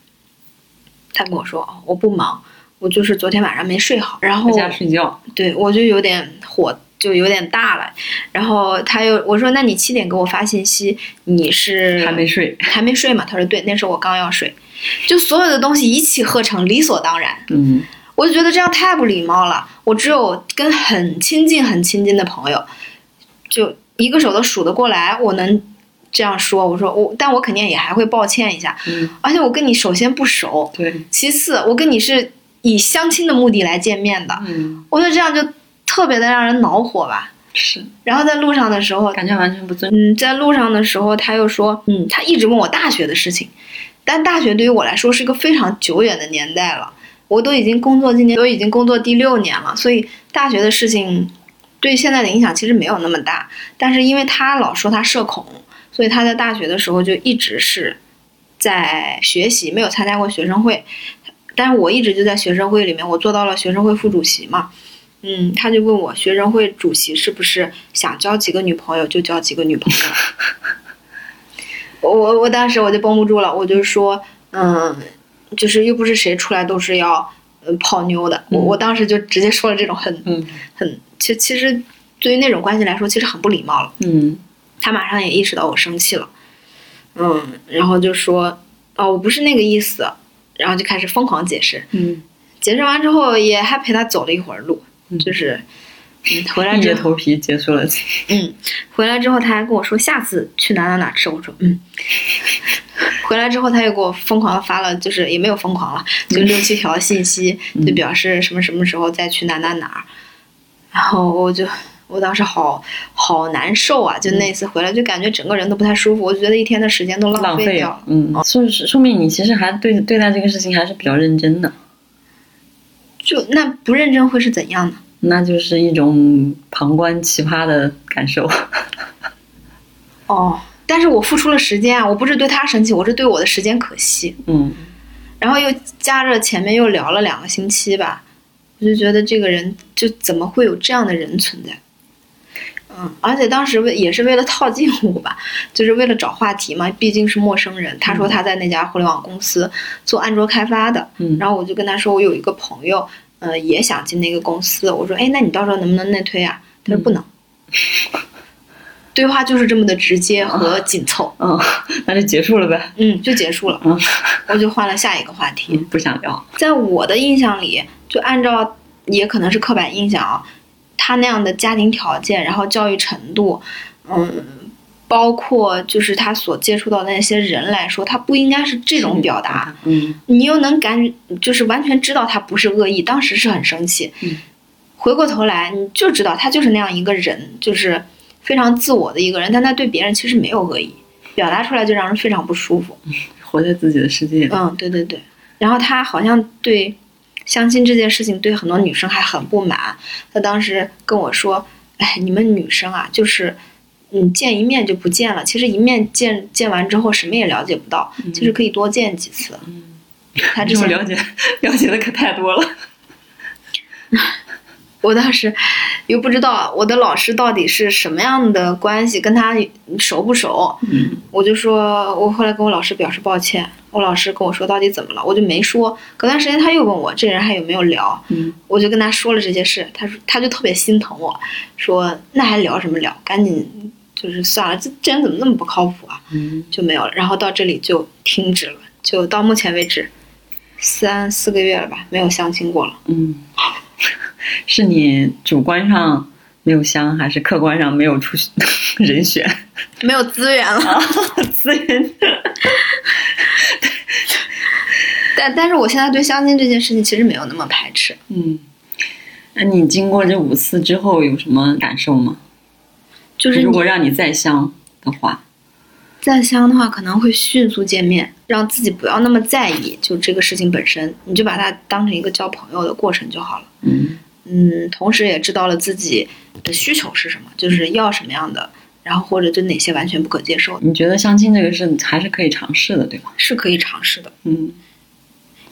Speaker 2: 他跟我说哦，我不忙，我就是昨天晚上没睡好，然后
Speaker 1: 回家睡觉。
Speaker 2: 对我就有点火，就有点大了。然后他又我说：“那你七点给我发信息，你是
Speaker 1: 还没睡。
Speaker 2: 还没睡吗？”他说：“对，那时候我刚要睡。”就所有的东西一气呵成，理所当然。
Speaker 1: 嗯
Speaker 2: 我就觉得这样太不礼貌了。我只有跟很亲近、很亲近的朋友，就一个手都数得过来，我能这样说。我说我，但我肯定也还会抱歉一下。
Speaker 1: 嗯，
Speaker 2: 而且我跟你首先不熟，
Speaker 1: 对。
Speaker 2: 其次我跟你是以相亲的目的来见面的。
Speaker 1: 嗯，
Speaker 2: 我觉得这样就特别的让人恼火吧。
Speaker 1: 是，
Speaker 2: 然后在路上的时候，
Speaker 1: 感觉完全不尊重。
Speaker 2: 嗯，在路上的时候，他又说，嗯，他一直问我大学的事情，但大学对于我来说是一个非常久远的年代了，我都已经工作今年都已经工作第六年了，所以大学的事情对现在的影响其实没有那么大。但是因为他老说他社恐，所以他在大学的时候就一直是在学习，没有参加过学生会。但是我一直就在学生会里面，我做到了学生会副主席嘛。嗯，他就问我学生会主席是不是想交几个女朋友就交几个女朋友。我我我当时我就绷不住了，我就说，嗯，就是又不是谁出来都是要呃泡妞的，我
Speaker 1: 嗯
Speaker 2: 我当时就直接说了这种很
Speaker 1: 嗯
Speaker 2: 很，其其实对于那种关系来说，其实很不礼貌了。
Speaker 1: 嗯
Speaker 2: 他马上也意识到我生气了，嗯，然后就说，哦，我不是那个意思，然后就开始疯狂解释，
Speaker 1: 嗯，
Speaker 2: 解释完之后也还陪他走了一会儿路，
Speaker 1: 嗯
Speaker 2: 就是，嗯，回来
Speaker 1: 硬
Speaker 2: 之
Speaker 1: 着
Speaker 2: 后，
Speaker 1: 头皮结束了。
Speaker 2: 嗯，回来之后他还跟我说下次去哪哪哪吃，我说嗯。 回来之后，他又给我疯狂的发了，就是也没有疯狂了，就六七条信息，
Speaker 1: 嗯
Speaker 2: 就表示什么什么时候再去哪哪哪儿。然后我就，我当时好好难受啊！就
Speaker 1: 嗯
Speaker 2: 那次回来，就感觉整个人都不太舒服，我觉得一天的时间都
Speaker 1: 浪
Speaker 2: 费
Speaker 1: 费
Speaker 2: 掉
Speaker 1: 了，嗯，所以说说明你其实还对对待这个事情还是比较认真的，
Speaker 2: 就那不认真会是怎样呢？
Speaker 1: 那就是一种旁观奇葩的感 受。
Speaker 2: 哦，但是我付出了时间啊，我不是对他生气，我是对我的时间可惜。
Speaker 1: 嗯
Speaker 2: 然后又加着前面又聊了两个星期吧，我就觉得这个人就怎么会有这样的人存在？嗯，而且当时为也是为了套近乎吧， 就是为了找话题嘛，毕竟是陌生人。他说他在那家互联网公司做安卓开发的，
Speaker 1: 嗯，
Speaker 2: 然后我就跟他说我有一个朋友，呃，也
Speaker 1: 嗯
Speaker 2: 想进那个公司，我说哎，那你到时候能不能内推啊？他说不能。 对话就是这么的直接和紧凑，
Speaker 1: 嗯，那就结束了呗。
Speaker 2: 嗯，就结束了，
Speaker 1: 嗯，
Speaker 2: 我就换了下一个话题。
Speaker 1: 不想聊。
Speaker 2: 在我的印象里，就按照也可能是刻板印象啊，他那样的家庭条件，然后教育程度，嗯，包括就是他所接触到的那些人来说，他不应该是这种表达。
Speaker 1: 嗯，
Speaker 2: 你又能感觉，就是完全知道他不是恶意，当时是很生气。
Speaker 1: 嗯
Speaker 2: 回过头来，你就知道他就是那样一个人，就是非常自我的一个人，但他对别人其实没有恶意，表达出来就让人非常不舒服。
Speaker 1: 活在自己的世界里。
Speaker 2: 嗯，对对对。然后他好像对相亲这件事情对很多女生还很不满，他当时跟我说：“哎，你们女生啊，就是。”你见一面就不见了，其实一面见见完之后什么也了解不到，其实可以多见几次。
Speaker 1: 嗯
Speaker 2: 他之
Speaker 1: 这
Speaker 2: 前
Speaker 1: 种了解 了解的可太多了。
Speaker 2: 我当时又不知道我的老师到底是什么样的关系，跟他熟不熟，
Speaker 1: 嗯
Speaker 2: 我就说，我后来跟我老师表示抱歉，我老师跟我说到底怎么了，我就没说。隔段时间他又问我这人还有没有聊，
Speaker 1: 嗯
Speaker 2: 我就跟他说了这些事，他说他就特别心疼我，说那还聊什么聊，赶紧就是算了，这这人怎么那么不靠谱啊，
Speaker 1: 嗯，
Speaker 2: 就没有了。然后到这里就停止了，就到目前为止三四个月了吧，没有相亲过了。
Speaker 1: 嗯， 是你主观上没有香，还是客观上没有出 人选？
Speaker 2: 没有资源
Speaker 1: 啊
Speaker 2: 了，
Speaker 1: 资源
Speaker 2: 但但是我现在对相亲这件事情其实没有那么排斥，
Speaker 1: 嗯，那你经过这五次之后有什么感受吗？
Speaker 2: 就是
Speaker 1: 如
Speaker 2: 你
Speaker 1: 果让你再相的话，
Speaker 2: 再相的话，可能会迅速见面，让自己不要那么在意，就这个事情本身，你就把它当成一个交朋友的过程就好了。
Speaker 1: 嗯
Speaker 2: 嗯，同时也知道了自己的需求是什么，就是要什么样的，然后或者对哪些完全不可接受的，
Speaker 1: 你觉得相亲这个事还是可以尝试的，对吧？
Speaker 2: 是可以尝试的。
Speaker 1: 嗯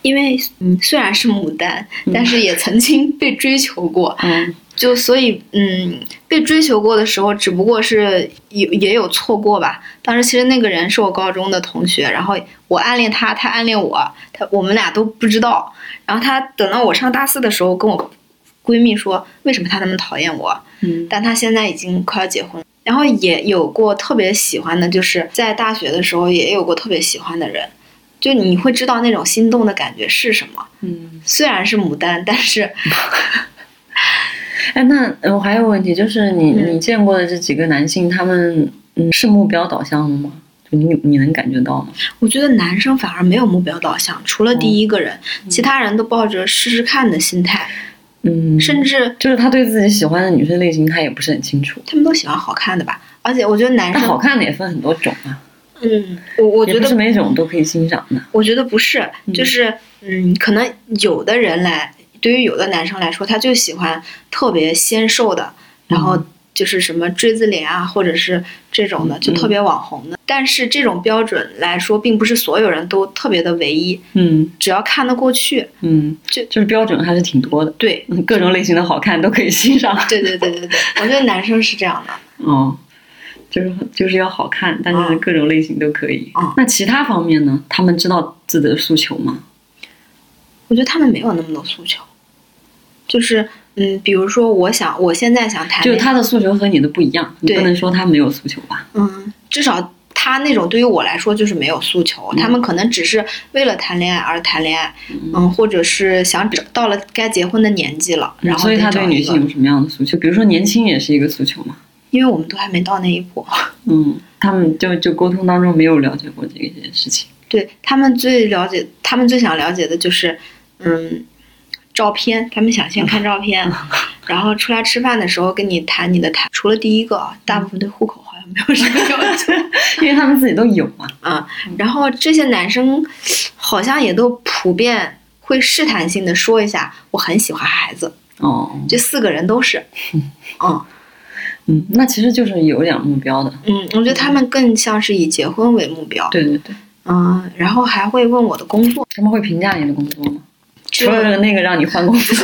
Speaker 2: 因为嗯，虽然是牡丹，但是也曾经被追求过，
Speaker 1: 嗯
Speaker 2: 就所以，嗯，被追求过的时候，只不过是有也有错过吧。当时其实那个人是我高中的同学，然后我暗恋他，他暗恋我，他我们俩都不知道。然后他等到我上大四的时候，跟我闺蜜说为什么他那么讨厌我，
Speaker 1: 嗯
Speaker 2: 但他现在已经快要结婚了。然后也有过特别喜欢的，就是在大学的时候也有过特别喜欢的人，就你会知道那种心动的感觉是什么。
Speaker 1: 嗯。
Speaker 2: 虽然是牡丹，但 是
Speaker 1: 哎，那呃我还有个问题，就是你
Speaker 2: 嗯
Speaker 1: 你见过的这几个男性，他们嗯是目标导向的吗？就你你能感觉到吗？
Speaker 2: 我觉得男生反而没有目标导向，除了第一个人，
Speaker 1: 哦
Speaker 2: 其他人都抱着试试看的心态，
Speaker 1: 嗯，
Speaker 2: 甚至
Speaker 1: 就是他对自己喜欢的女生类型，他也不是很清楚。
Speaker 2: 他们都喜欢好看的吧。而且我觉得男
Speaker 1: 但
Speaker 2: 生，
Speaker 1: 好看的也分很多种啊，
Speaker 2: 嗯，我我
Speaker 1: 也
Speaker 2: 觉
Speaker 1: 不是
Speaker 2: 得，
Speaker 1: 每种都可以欣赏的。
Speaker 2: 我觉得不是，就是嗯，可能有的人来，对于有的男生来说，他就喜欢特别纤瘦的，然
Speaker 1: 嗯
Speaker 2: 后就是什么锥子脸啊，或者是这种的，
Speaker 1: 嗯
Speaker 2: 就特别网红的。但是这种标准来说，并不是所有人都特别的唯一，
Speaker 1: 嗯
Speaker 2: 只要看得过去，
Speaker 1: 嗯，
Speaker 2: 这
Speaker 1: 就是标准还是挺多的，
Speaker 2: 对，
Speaker 1: 嗯各种类型的好看都可以欣赏。
Speaker 2: 对对对对对，我觉得男生是这样的。
Speaker 1: 哦，就是就是要好看，但是
Speaker 2: 嗯
Speaker 1: 各种类型都可以。
Speaker 2: 嗯
Speaker 1: 那其他方面呢？他们知道自己的诉求吗？
Speaker 2: 我觉得他们没有那么多诉求，就是嗯，比如说我想，我现在想谈
Speaker 1: 就是
Speaker 2: 恋爱，
Speaker 1: 他的诉求和你的不一样，你
Speaker 2: 哎对
Speaker 1: 不能说他没有诉求吧？
Speaker 2: 嗯，至少他那种对于我来说就是没有诉
Speaker 1: 嗯
Speaker 2: 求，他们可能只是为了谈恋爱而谈恋爱，嗯，或者是想找到了该结婚的年纪了，然后
Speaker 1: 嗯所以
Speaker 2: 再
Speaker 1: 他
Speaker 2: 找
Speaker 1: 对
Speaker 2: 一
Speaker 1: 女
Speaker 2: 个
Speaker 1: 性，有什么样的诉求？比如说年轻也是一个诉求嘛。
Speaker 2: 因为我们都还没到那一步，
Speaker 1: 嗯，他们就就沟通当中没有了解过这些事情。
Speaker 2: 对他们最了解，他们最想了解的就是，嗯，照片，他们想先看 照片，然后出来吃饭的时候跟你谈你的谈，除了第一个啊，大部分对户口好像没有什么要求
Speaker 1: 因为他们自己都有嘛。
Speaker 2: 啊。
Speaker 1: 嗯
Speaker 2: 然后这些男生好像也都普遍会试探性的说一下，我很喜欢孩子，
Speaker 1: 哦，
Speaker 2: 这四个人 都是，嗯
Speaker 1: 嗯，那其实就是有点目标的。
Speaker 2: 嗯，我觉得他们更像是以结婚为目标，
Speaker 1: 对对对，
Speaker 2: 嗯，然后还会问我的工作，
Speaker 1: 他们会评价你的工作吗？
Speaker 2: 这
Speaker 1: 除了那个让你换工 作，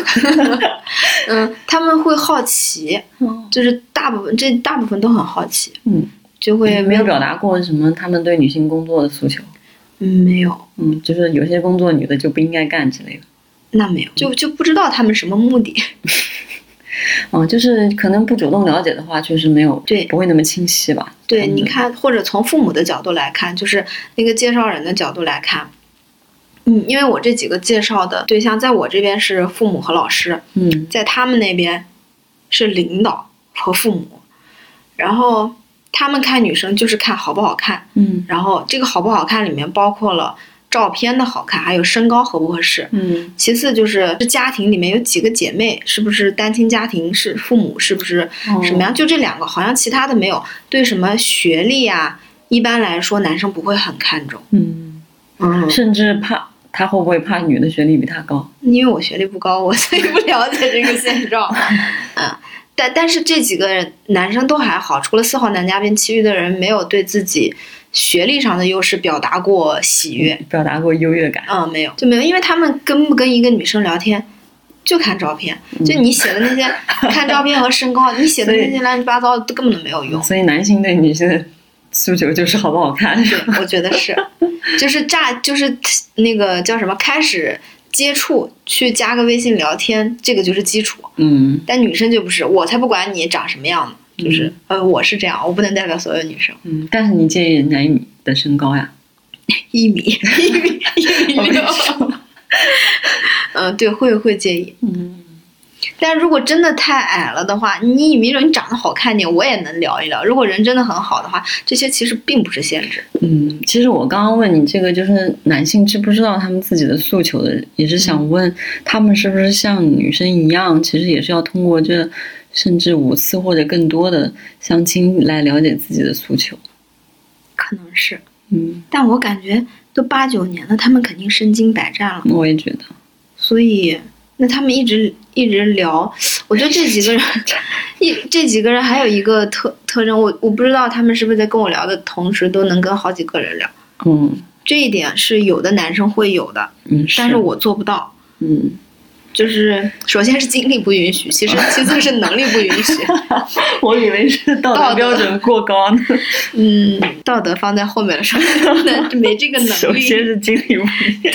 Speaker 2: 嗯，他们会好奇。
Speaker 1: 嗯
Speaker 2: 就是大部分这大部分都很好奇，
Speaker 1: 嗯，
Speaker 2: 就会
Speaker 1: 没有
Speaker 2: 问
Speaker 1: 表达过什么他们对女性工作的诉求。
Speaker 2: 嗯没有，
Speaker 1: 嗯，就是有些工作女的就不应该干之类的。
Speaker 2: 那没有，就就不知道他们什么目的。
Speaker 1: 嗯，就是可能不主动了解的话，确实没有
Speaker 2: 对
Speaker 1: 不会那么清晰吧。
Speaker 2: 对，
Speaker 1: 嗯
Speaker 2: 你看，或者从父母的角度来看，就是那个介绍人的角度来看，嗯，因为我这几个介绍的对象，在我这边是父母和老师，
Speaker 1: 嗯
Speaker 2: 在他们那边是领导和父母，然后他们看女生就是看好不好看，
Speaker 1: 嗯
Speaker 2: 然后这个好不好看里面包括了照片的好看，还有身高合不合适。
Speaker 1: 嗯
Speaker 2: 其次就是这家庭里面有几个姐妹，是不是单亲家庭？是父母是不是
Speaker 1: 哦
Speaker 2: 什么样？就这两个，好像其他的没有。对什么学历啊，一般来说男生不会很看重。
Speaker 1: 嗯，
Speaker 2: 嗯，
Speaker 1: 甚至怕他会不会怕女的学历比他高？
Speaker 2: 因为我学历不高，我 所以不了解这个现状。嗯，但但是这几个人男生都还好，除了四号男嘉宾，其余的人没有对自己学历上的优势表达过喜悦。
Speaker 1: 表达过优越感。
Speaker 2: 嗯，没有，就没有，因为他们跟不跟一个女生聊天，就看照片，就你写的那些看照片和身高，你写的那些乱七八糟的都根本都没有用。
Speaker 1: 所以男性对女性的诉求就是好不好看。
Speaker 2: 对，我觉得是，就是乍就是那个叫什么，开始接触去加个微信聊天，这个就是基础。
Speaker 1: 嗯，
Speaker 2: 但女生就不是，我才不管你长什么样呢，就是、呃，我是这样，我不能代表所有女生。
Speaker 1: 嗯，但是你介意人家一米的身高 呀？
Speaker 2: 一米 一米一米
Speaker 1: 我跟
Speaker 2: 六
Speaker 1: 你，
Speaker 2: 嗯，对，会会介意。
Speaker 1: 嗯
Speaker 2: 但如果真的太矮了的话，你以米六你长得好看点，我也能聊一聊。如果人真的很好的话，这些其实并不是限制。
Speaker 1: 嗯，其实我刚刚问你这个，就是男性知不知道他们自己的诉求的，也是想问他们是不是像女生一样，其实也是要通过这甚至五次或者更多的相亲来了解自己的诉求。
Speaker 2: 可能是，
Speaker 1: 嗯，
Speaker 2: 但我感觉都八九年了，他们肯定身经百战了，
Speaker 1: 我也觉得，
Speaker 2: 所以那他们一直一直聊。我觉得这 几个人，一这几个人还有一个特特征，我我不知道他们是不是在跟我聊的同时都能跟好几个人聊，
Speaker 1: 嗯
Speaker 2: 这一点是有的男生会有的，
Speaker 1: 嗯，
Speaker 2: 但是我做不到。
Speaker 1: 嗯。
Speaker 2: 就是首先是精力不 允许，其实其次是能力不允许。
Speaker 1: 我以为是道德
Speaker 2: 道德
Speaker 1: 标准过高呢。
Speaker 2: 嗯，道德放在后面了，说那没这个
Speaker 1: 首
Speaker 2: 能
Speaker 1: 先
Speaker 2: 力，
Speaker 1: 是经历问题。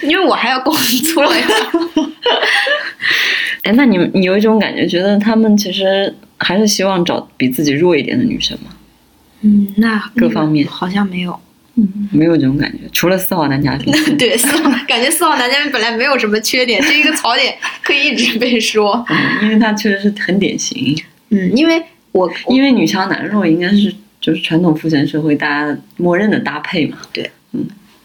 Speaker 2: 因为我还要工作 呀。
Speaker 1: 哎，那你你有一种感觉，觉得他们其实还是希望找比自己弱一点的女生吗？
Speaker 2: 嗯，那
Speaker 1: 各方面
Speaker 2: 好像没有。
Speaker 1: 嗯，没有这种感觉，除了四号男嘉 宾。
Speaker 2: 对，四号感觉四号男嘉宾本来没有什么缺点，这一个槽点可以一直被说。
Speaker 1: 嗯，因为他确实是很典型，
Speaker 2: 嗯，因为我我
Speaker 1: 因为女强男弱应该是就是传统父权社会大家默认的搭配嘛。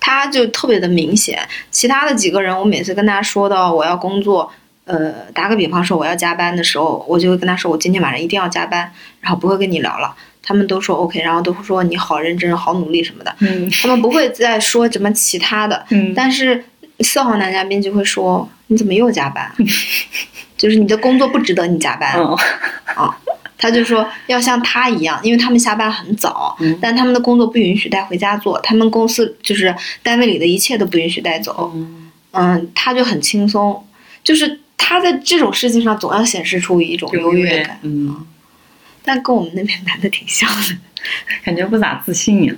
Speaker 2: 他就特别的明显。其他的几个人，我每次跟他说到我要工作，呃，打个比方说我要加班的时候，我就会跟他说我今天晚上一定要加班，然后不会跟你聊了。他们都说 OK，然后都说你好认真、好努力什么的，
Speaker 1: 嗯
Speaker 2: 他们不会再说什么其他的。
Speaker 1: 嗯
Speaker 2: 但是四号男嘉宾就会说你怎么又加班？啊 就是你的工作不值得你加班。啊
Speaker 1: 哦，
Speaker 2: 他就说要像他一样，因为他们下班很早，
Speaker 1: 嗯
Speaker 2: 但他们的工作不允许带回家做，他们公司就是单位里的一切都不允许带走。嗯，他就很轻松，就是他在这种事情上总要显示出一种优越感，
Speaker 1: 嗯，
Speaker 2: 但跟我们那边男的挺像的。
Speaker 1: 感觉不咋自信呀。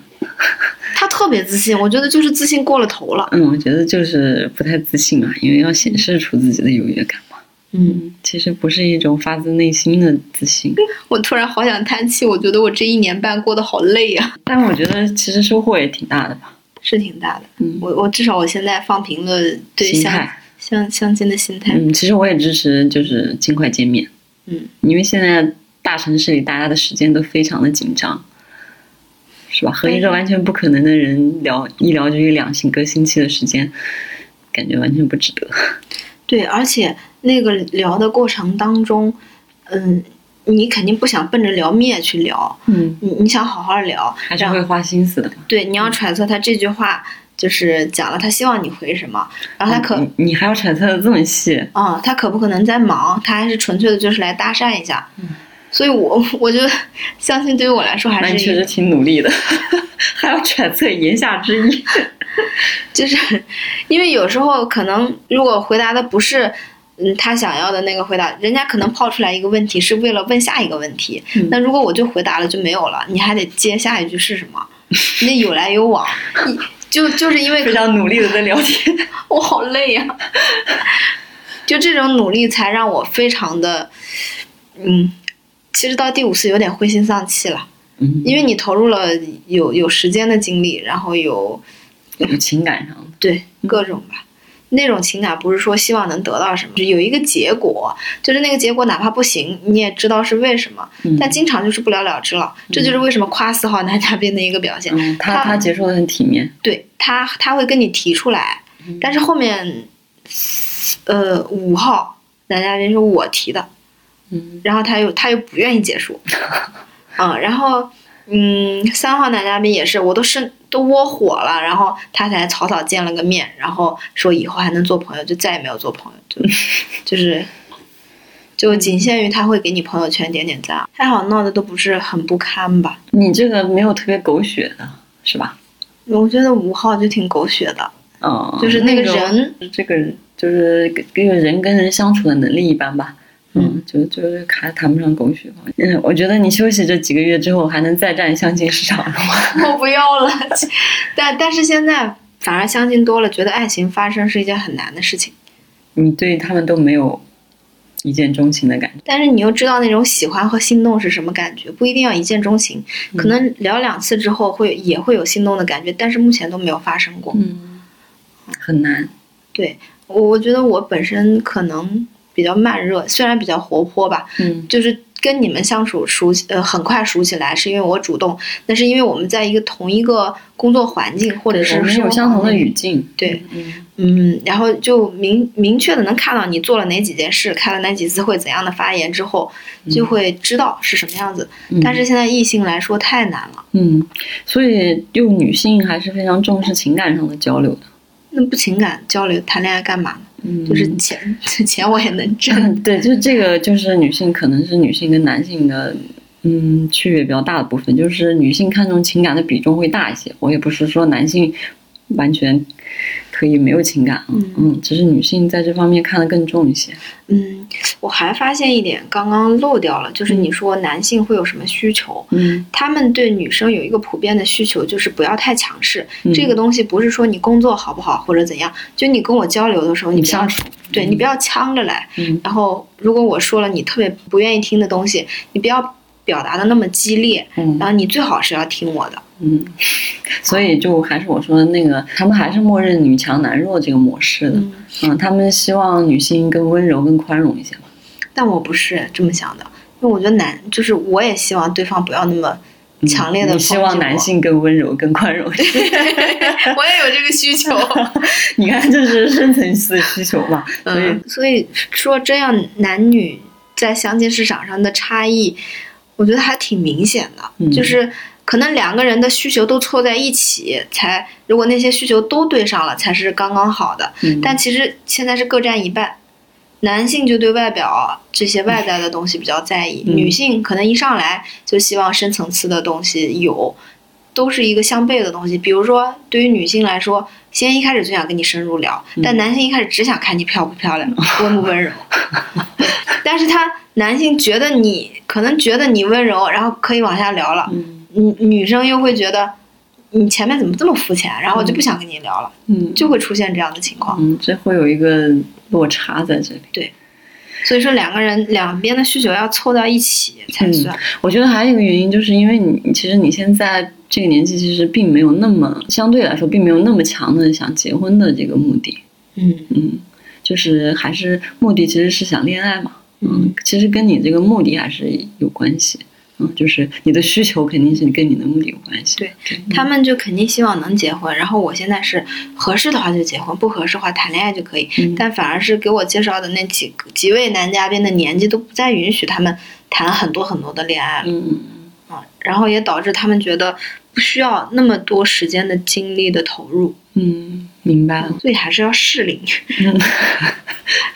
Speaker 2: 他特别自信，我觉得就是自信过了头了。
Speaker 1: 嗯，我觉得就是不太自信啊，因为要显示出自己的优越感嘛。
Speaker 2: 嗯，
Speaker 1: 其实不是一种发自内心的自信。
Speaker 2: 我突然好想叹气，我觉得我这一年半过得好累啊呀、
Speaker 1: 但我觉得其实收获也挺大的吧。
Speaker 2: 是挺大的。
Speaker 1: 嗯，
Speaker 2: 我我至少我现在放平了对
Speaker 1: 心
Speaker 2: 相
Speaker 1: 态。
Speaker 2: 相相亲的心态。
Speaker 1: 嗯，其实我也支持，就是尽快见面。
Speaker 2: 嗯，
Speaker 1: 因为现在大城市里大家的时间都非常的紧张，是吧？和一个
Speaker 2: 嗯
Speaker 1: 完全不可能的人聊一聊就一两星个星期的时间，感觉完全不值得。
Speaker 2: 对，而且那个聊的过程当中，嗯，你肯定不想奔着聊灭去聊，
Speaker 1: 嗯，
Speaker 2: 你你想好好聊，
Speaker 1: 还是
Speaker 2: 然
Speaker 1: 会
Speaker 2: 后
Speaker 1: 花心思的嘛。
Speaker 2: 对，你要揣测他这句话就是讲了他希望你回什么，然后他可。
Speaker 1: 你你还要揣测的这么细，
Speaker 2: 啊、他可不可能在忙？他还是纯粹的，就是来搭讪一下。
Speaker 1: 嗯
Speaker 2: 所以我，我觉得相信对于我来说，
Speaker 1: 那
Speaker 2: 还
Speaker 1: 你确
Speaker 2: 是
Speaker 1: 实
Speaker 2: 一
Speaker 1: 挺努力的， 还要揣测言下之意。
Speaker 2: 就是，因为有时候可能如果回答的不是，嗯，他想要的那个回答，人家可能抛出来一个问题是为了问下一个问题，
Speaker 1: 嗯
Speaker 2: 那如果我就回答了就没有了，你还得接下一句是什么？那有来有往，你就就是因为
Speaker 1: 非常努力的在聊天。
Speaker 2: 啊 我好累呀、就这种努力才让我非常的嗯，其实到第五次有点灰心丧气了，
Speaker 1: 嗯，
Speaker 2: 因为你投入了有有时间的精力，然后有
Speaker 1: 有情感上的，
Speaker 2: 对
Speaker 1: 嗯
Speaker 2: 各种吧。那种情感不是说希望能得到什么，就有一个结果，就是那个结果哪怕不行，你也知道是为什么，
Speaker 1: 嗯
Speaker 2: 但经常就是不了了之了。这就是为什么夸四号男嘉宾的一个表现，
Speaker 1: 嗯，他他接受的很体面，
Speaker 2: 对他他会跟你提出来，
Speaker 1: 嗯
Speaker 2: 但是后面，呃，五号男嘉宾是我提的，
Speaker 1: 嗯
Speaker 2: 然后他又他又不愿意结束，嗯，然后嗯，三号男嘉宾也是，我都生都窝火了，然后他才草草见了个面，然后说以后还能做朋友，就再也没有做朋友，就 就是就仅限于他会给你朋友圈点点赞，还好闹的都不是很不堪吧，
Speaker 1: 你这个没有特别狗血的是吧？
Speaker 2: 我觉得五号就挺狗血的，
Speaker 1: 嗯，
Speaker 2: 就是那
Speaker 1: 那
Speaker 2: 个人，
Speaker 1: 这个人就是跟这个人跟人相处的能力一般吧。嗯，就就是还谈不上狗血吧。嗯， 我觉得你休息这几个月之后，还能再战相亲市场 的话，
Speaker 2: 我不要了，但但是现在反而相亲多了，觉得爱情发生是一件很难的事情。
Speaker 1: 你对他们都没有一见钟情的感觉。
Speaker 2: 但是你又知道那种喜欢和心动是什么感觉，不一定要一见钟情，
Speaker 1: 嗯
Speaker 2: 可能聊两次之后会也会有心动的感觉，但是目前都没有发生过。
Speaker 1: 嗯，很难。
Speaker 2: 对我，我觉得我本身可能比较慢热，虽然比较活泼吧，
Speaker 1: 嗯
Speaker 2: 就是跟你们相处熟悉呃很快熟起来，是因为我主动，但是因为我们在一个同一个工作环境或者是
Speaker 1: 我们
Speaker 2: 生
Speaker 1: 有
Speaker 2: 活
Speaker 1: 相同
Speaker 2: 环
Speaker 1: 的
Speaker 2: 境
Speaker 1: 语境。
Speaker 2: 对，
Speaker 1: 嗯
Speaker 2: 嗯，然后就明明确的能看到你做了哪几件事，开了哪几次会，怎样的发言之后，就会知道是什么样子。
Speaker 1: 嗯
Speaker 2: 但是现在异性来说太难了，
Speaker 1: 嗯，所以就女性还是非常重视情感上的交流的。
Speaker 2: 那不情感交流谈恋爱干嘛呢？
Speaker 1: 嗯，
Speaker 2: 就是钱， 钱我也能挣。
Speaker 1: 对，就是这个，就是女性可能是女性跟男性的，嗯，区别比较大的部分，就是女性看重情感的比重会大一些。我也不是说男性完全可以没有情感啊，
Speaker 2: 嗯
Speaker 1: 嗯，只是女性在这方面看得更重一些。
Speaker 2: 嗯，我还发现一点，刚刚漏掉了，就是你说男性会有什么需求？
Speaker 1: 嗯
Speaker 2: 他们对女生有一个普遍的需求，就是不要太强势。
Speaker 1: 嗯
Speaker 2: 这个东西不是说你工作好不好或者怎样，就你跟我交流的时候，你不要
Speaker 1: 相处，
Speaker 2: 对你不要呛着来。
Speaker 1: 嗯
Speaker 2: 然后，如果我说了你特别不愿意听的东西，你不要表达的那么激烈，
Speaker 1: 嗯
Speaker 2: 然后你最好是要听我的。
Speaker 1: 嗯，所以就还是我说的那个，他们还是默认女强男弱这个模式的，
Speaker 2: 嗯，
Speaker 1: 嗯，他们希望女性更温柔、更宽容一些吧。嗯
Speaker 2: 但我不是这么想的，因为我觉得男就是我也希望对方不要那么强烈的、
Speaker 1: 嗯你希望 男，性更温柔、更宽容一些。
Speaker 2: 我也有这个需求。
Speaker 1: 你看，这是深层次需求嘛， 所以
Speaker 2: 嗯，所以说这样男女在相亲市场上的差异，我觉得还挺明显的，
Speaker 1: 嗯
Speaker 2: 就是可能两个人的需求都凑在一起，才如果那些需求都对上了，才是刚刚好的。
Speaker 1: 嗯
Speaker 2: 但其实现在是各占一半，男性就对外表这些外在的东西比较在意，
Speaker 1: 嗯
Speaker 2: 女性可能一上来就希望深层次的东西有，都是一个相悖的东西。比如说，对于女性来说，先一开始就想跟你深入聊，
Speaker 1: 嗯
Speaker 2: 但男性一开始只想看你漂不漂亮、温不温 柔，但是他男性觉得你可能觉得你温柔，然后可以往下聊了，
Speaker 1: 嗯
Speaker 2: 女女生又会觉得。你前面怎么这么肤浅？然后我就不想跟你聊了，
Speaker 1: 嗯
Speaker 2: 就会出现这样的情况。
Speaker 1: 嗯，这会有一个落差在这里。
Speaker 2: 所以说两个人两边的需求要凑到一起
Speaker 1: 嗯
Speaker 2: 才算。
Speaker 1: 我觉得还有一个原因，就是因为你其实你现在这个年纪，其实并没有那么相对来说，并没有那么强的想结婚的这个目的。
Speaker 2: 嗯
Speaker 1: 嗯，就是还是目的其实是想恋爱嘛。
Speaker 2: 嗯
Speaker 1: 嗯，其实跟你这个目的还是有关系。嗯，就是你的需求肯定是跟你的目的有关系。
Speaker 2: 对他们就肯定希望能结婚，然后我现在是合适的话就结婚，不合适的话谈恋爱就可以。
Speaker 1: 嗯
Speaker 2: 但反而是给我介绍的那几个几位男嘉宾的年纪都不再允许他们谈很多很多的恋爱了
Speaker 1: 嗯，
Speaker 2: 啊、然后也导致他们觉得不需要那么多时间的精力的投入，
Speaker 1: 嗯，明白了。
Speaker 2: 所以还是要适龄。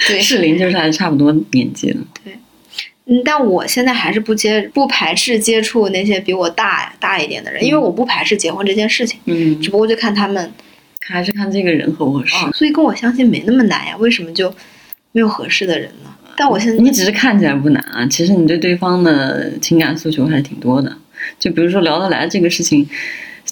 Speaker 2: 对，
Speaker 1: 嗯适龄就是还是差不多年纪了。
Speaker 2: 嗯，但我现在还是不接不排斥接触那些比我大大一点的人，因为我不排斥结婚这件事情，
Speaker 1: 嗯
Speaker 2: 只，不过就看他们
Speaker 1: 还是看这个人合不合适。
Speaker 2: 啊，所以跟我相亲没那么难呀，为什么就没有合适的人呢？但我现在
Speaker 1: 你只是看起来不难啊，其实你对对方的情感诉求还是挺多的。就比如说聊得来这个事情，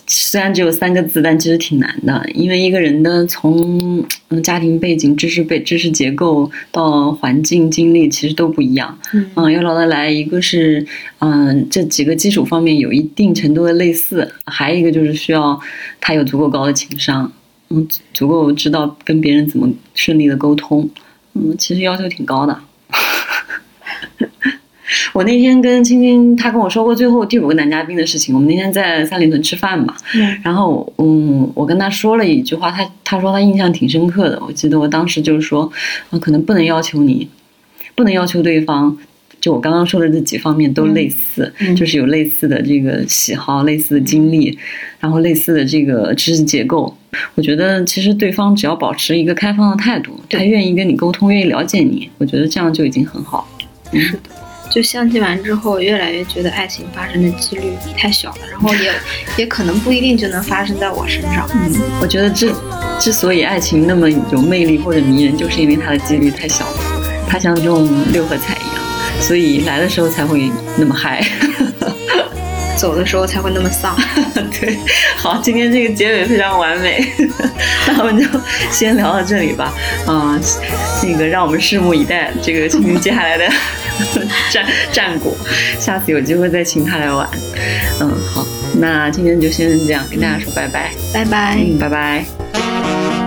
Speaker 1: 虽然只有三个字，但其实挺难的，因为一个人的从嗯家庭背景、知识背、知识结构到环境经历，其实都不一样。
Speaker 2: 嗯
Speaker 1: 嗯，要聊得来，一个是嗯、这几个基础方面有一定程度的类似，还有一个就是需要他有足够高的情商，嗯，足够知道跟别人怎么顺利的沟通，嗯，其实要求挺高的。 我那天跟青青，她跟我说过最后第五个男嘉宾的事情。我们那天在三里屯吃饭嘛，
Speaker 2: 嗯
Speaker 1: 然后嗯，我跟他说了一句话，他他说他印象挺深刻的。我记得我当时就是说，啊，可能不能要求你，不能要求对方，就我刚刚说的这几方面都类似，
Speaker 2: 嗯嗯嗯
Speaker 1: 就是有类似的这个喜好、类似的经历，然后类似的这个知识结构。我觉得其实对方只要保持一个开放的态度，他愿意跟你沟通，愿意了解你，我觉得这样就已经很好。
Speaker 2: 就相亲完之后，越来越觉得爱情发生的几率太小了，然后也也可能不一定就能发生在我身上。
Speaker 1: 嗯，我觉得之之所以爱情那么有魅力或者迷人，就是因为它的几率太小了，它像中六合彩一样，所以来的时候才会那么嗨。
Speaker 2: 走的时候才会那么丧。
Speaker 1: 对，好，今天这个结尾非常完美， 那我们就先聊到这里吧。啊、那个让我们拭目以待这个青青接下来的 战战果，下次有机会再请他来玩。嗯，好，那今天就先这样，跟大家说拜拜。
Speaker 2: 拜拜。
Speaker 1: 嗯，拜拜。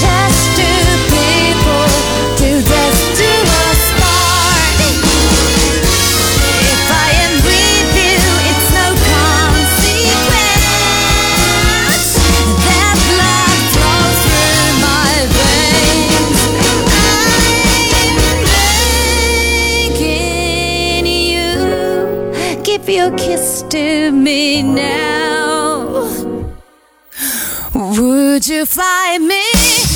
Speaker 3: Just two people, two deaths to us part. If I am with you, it's no consequence. That blood flows through my veins. I'm begging you, give your kiss to me now. Would you fly me?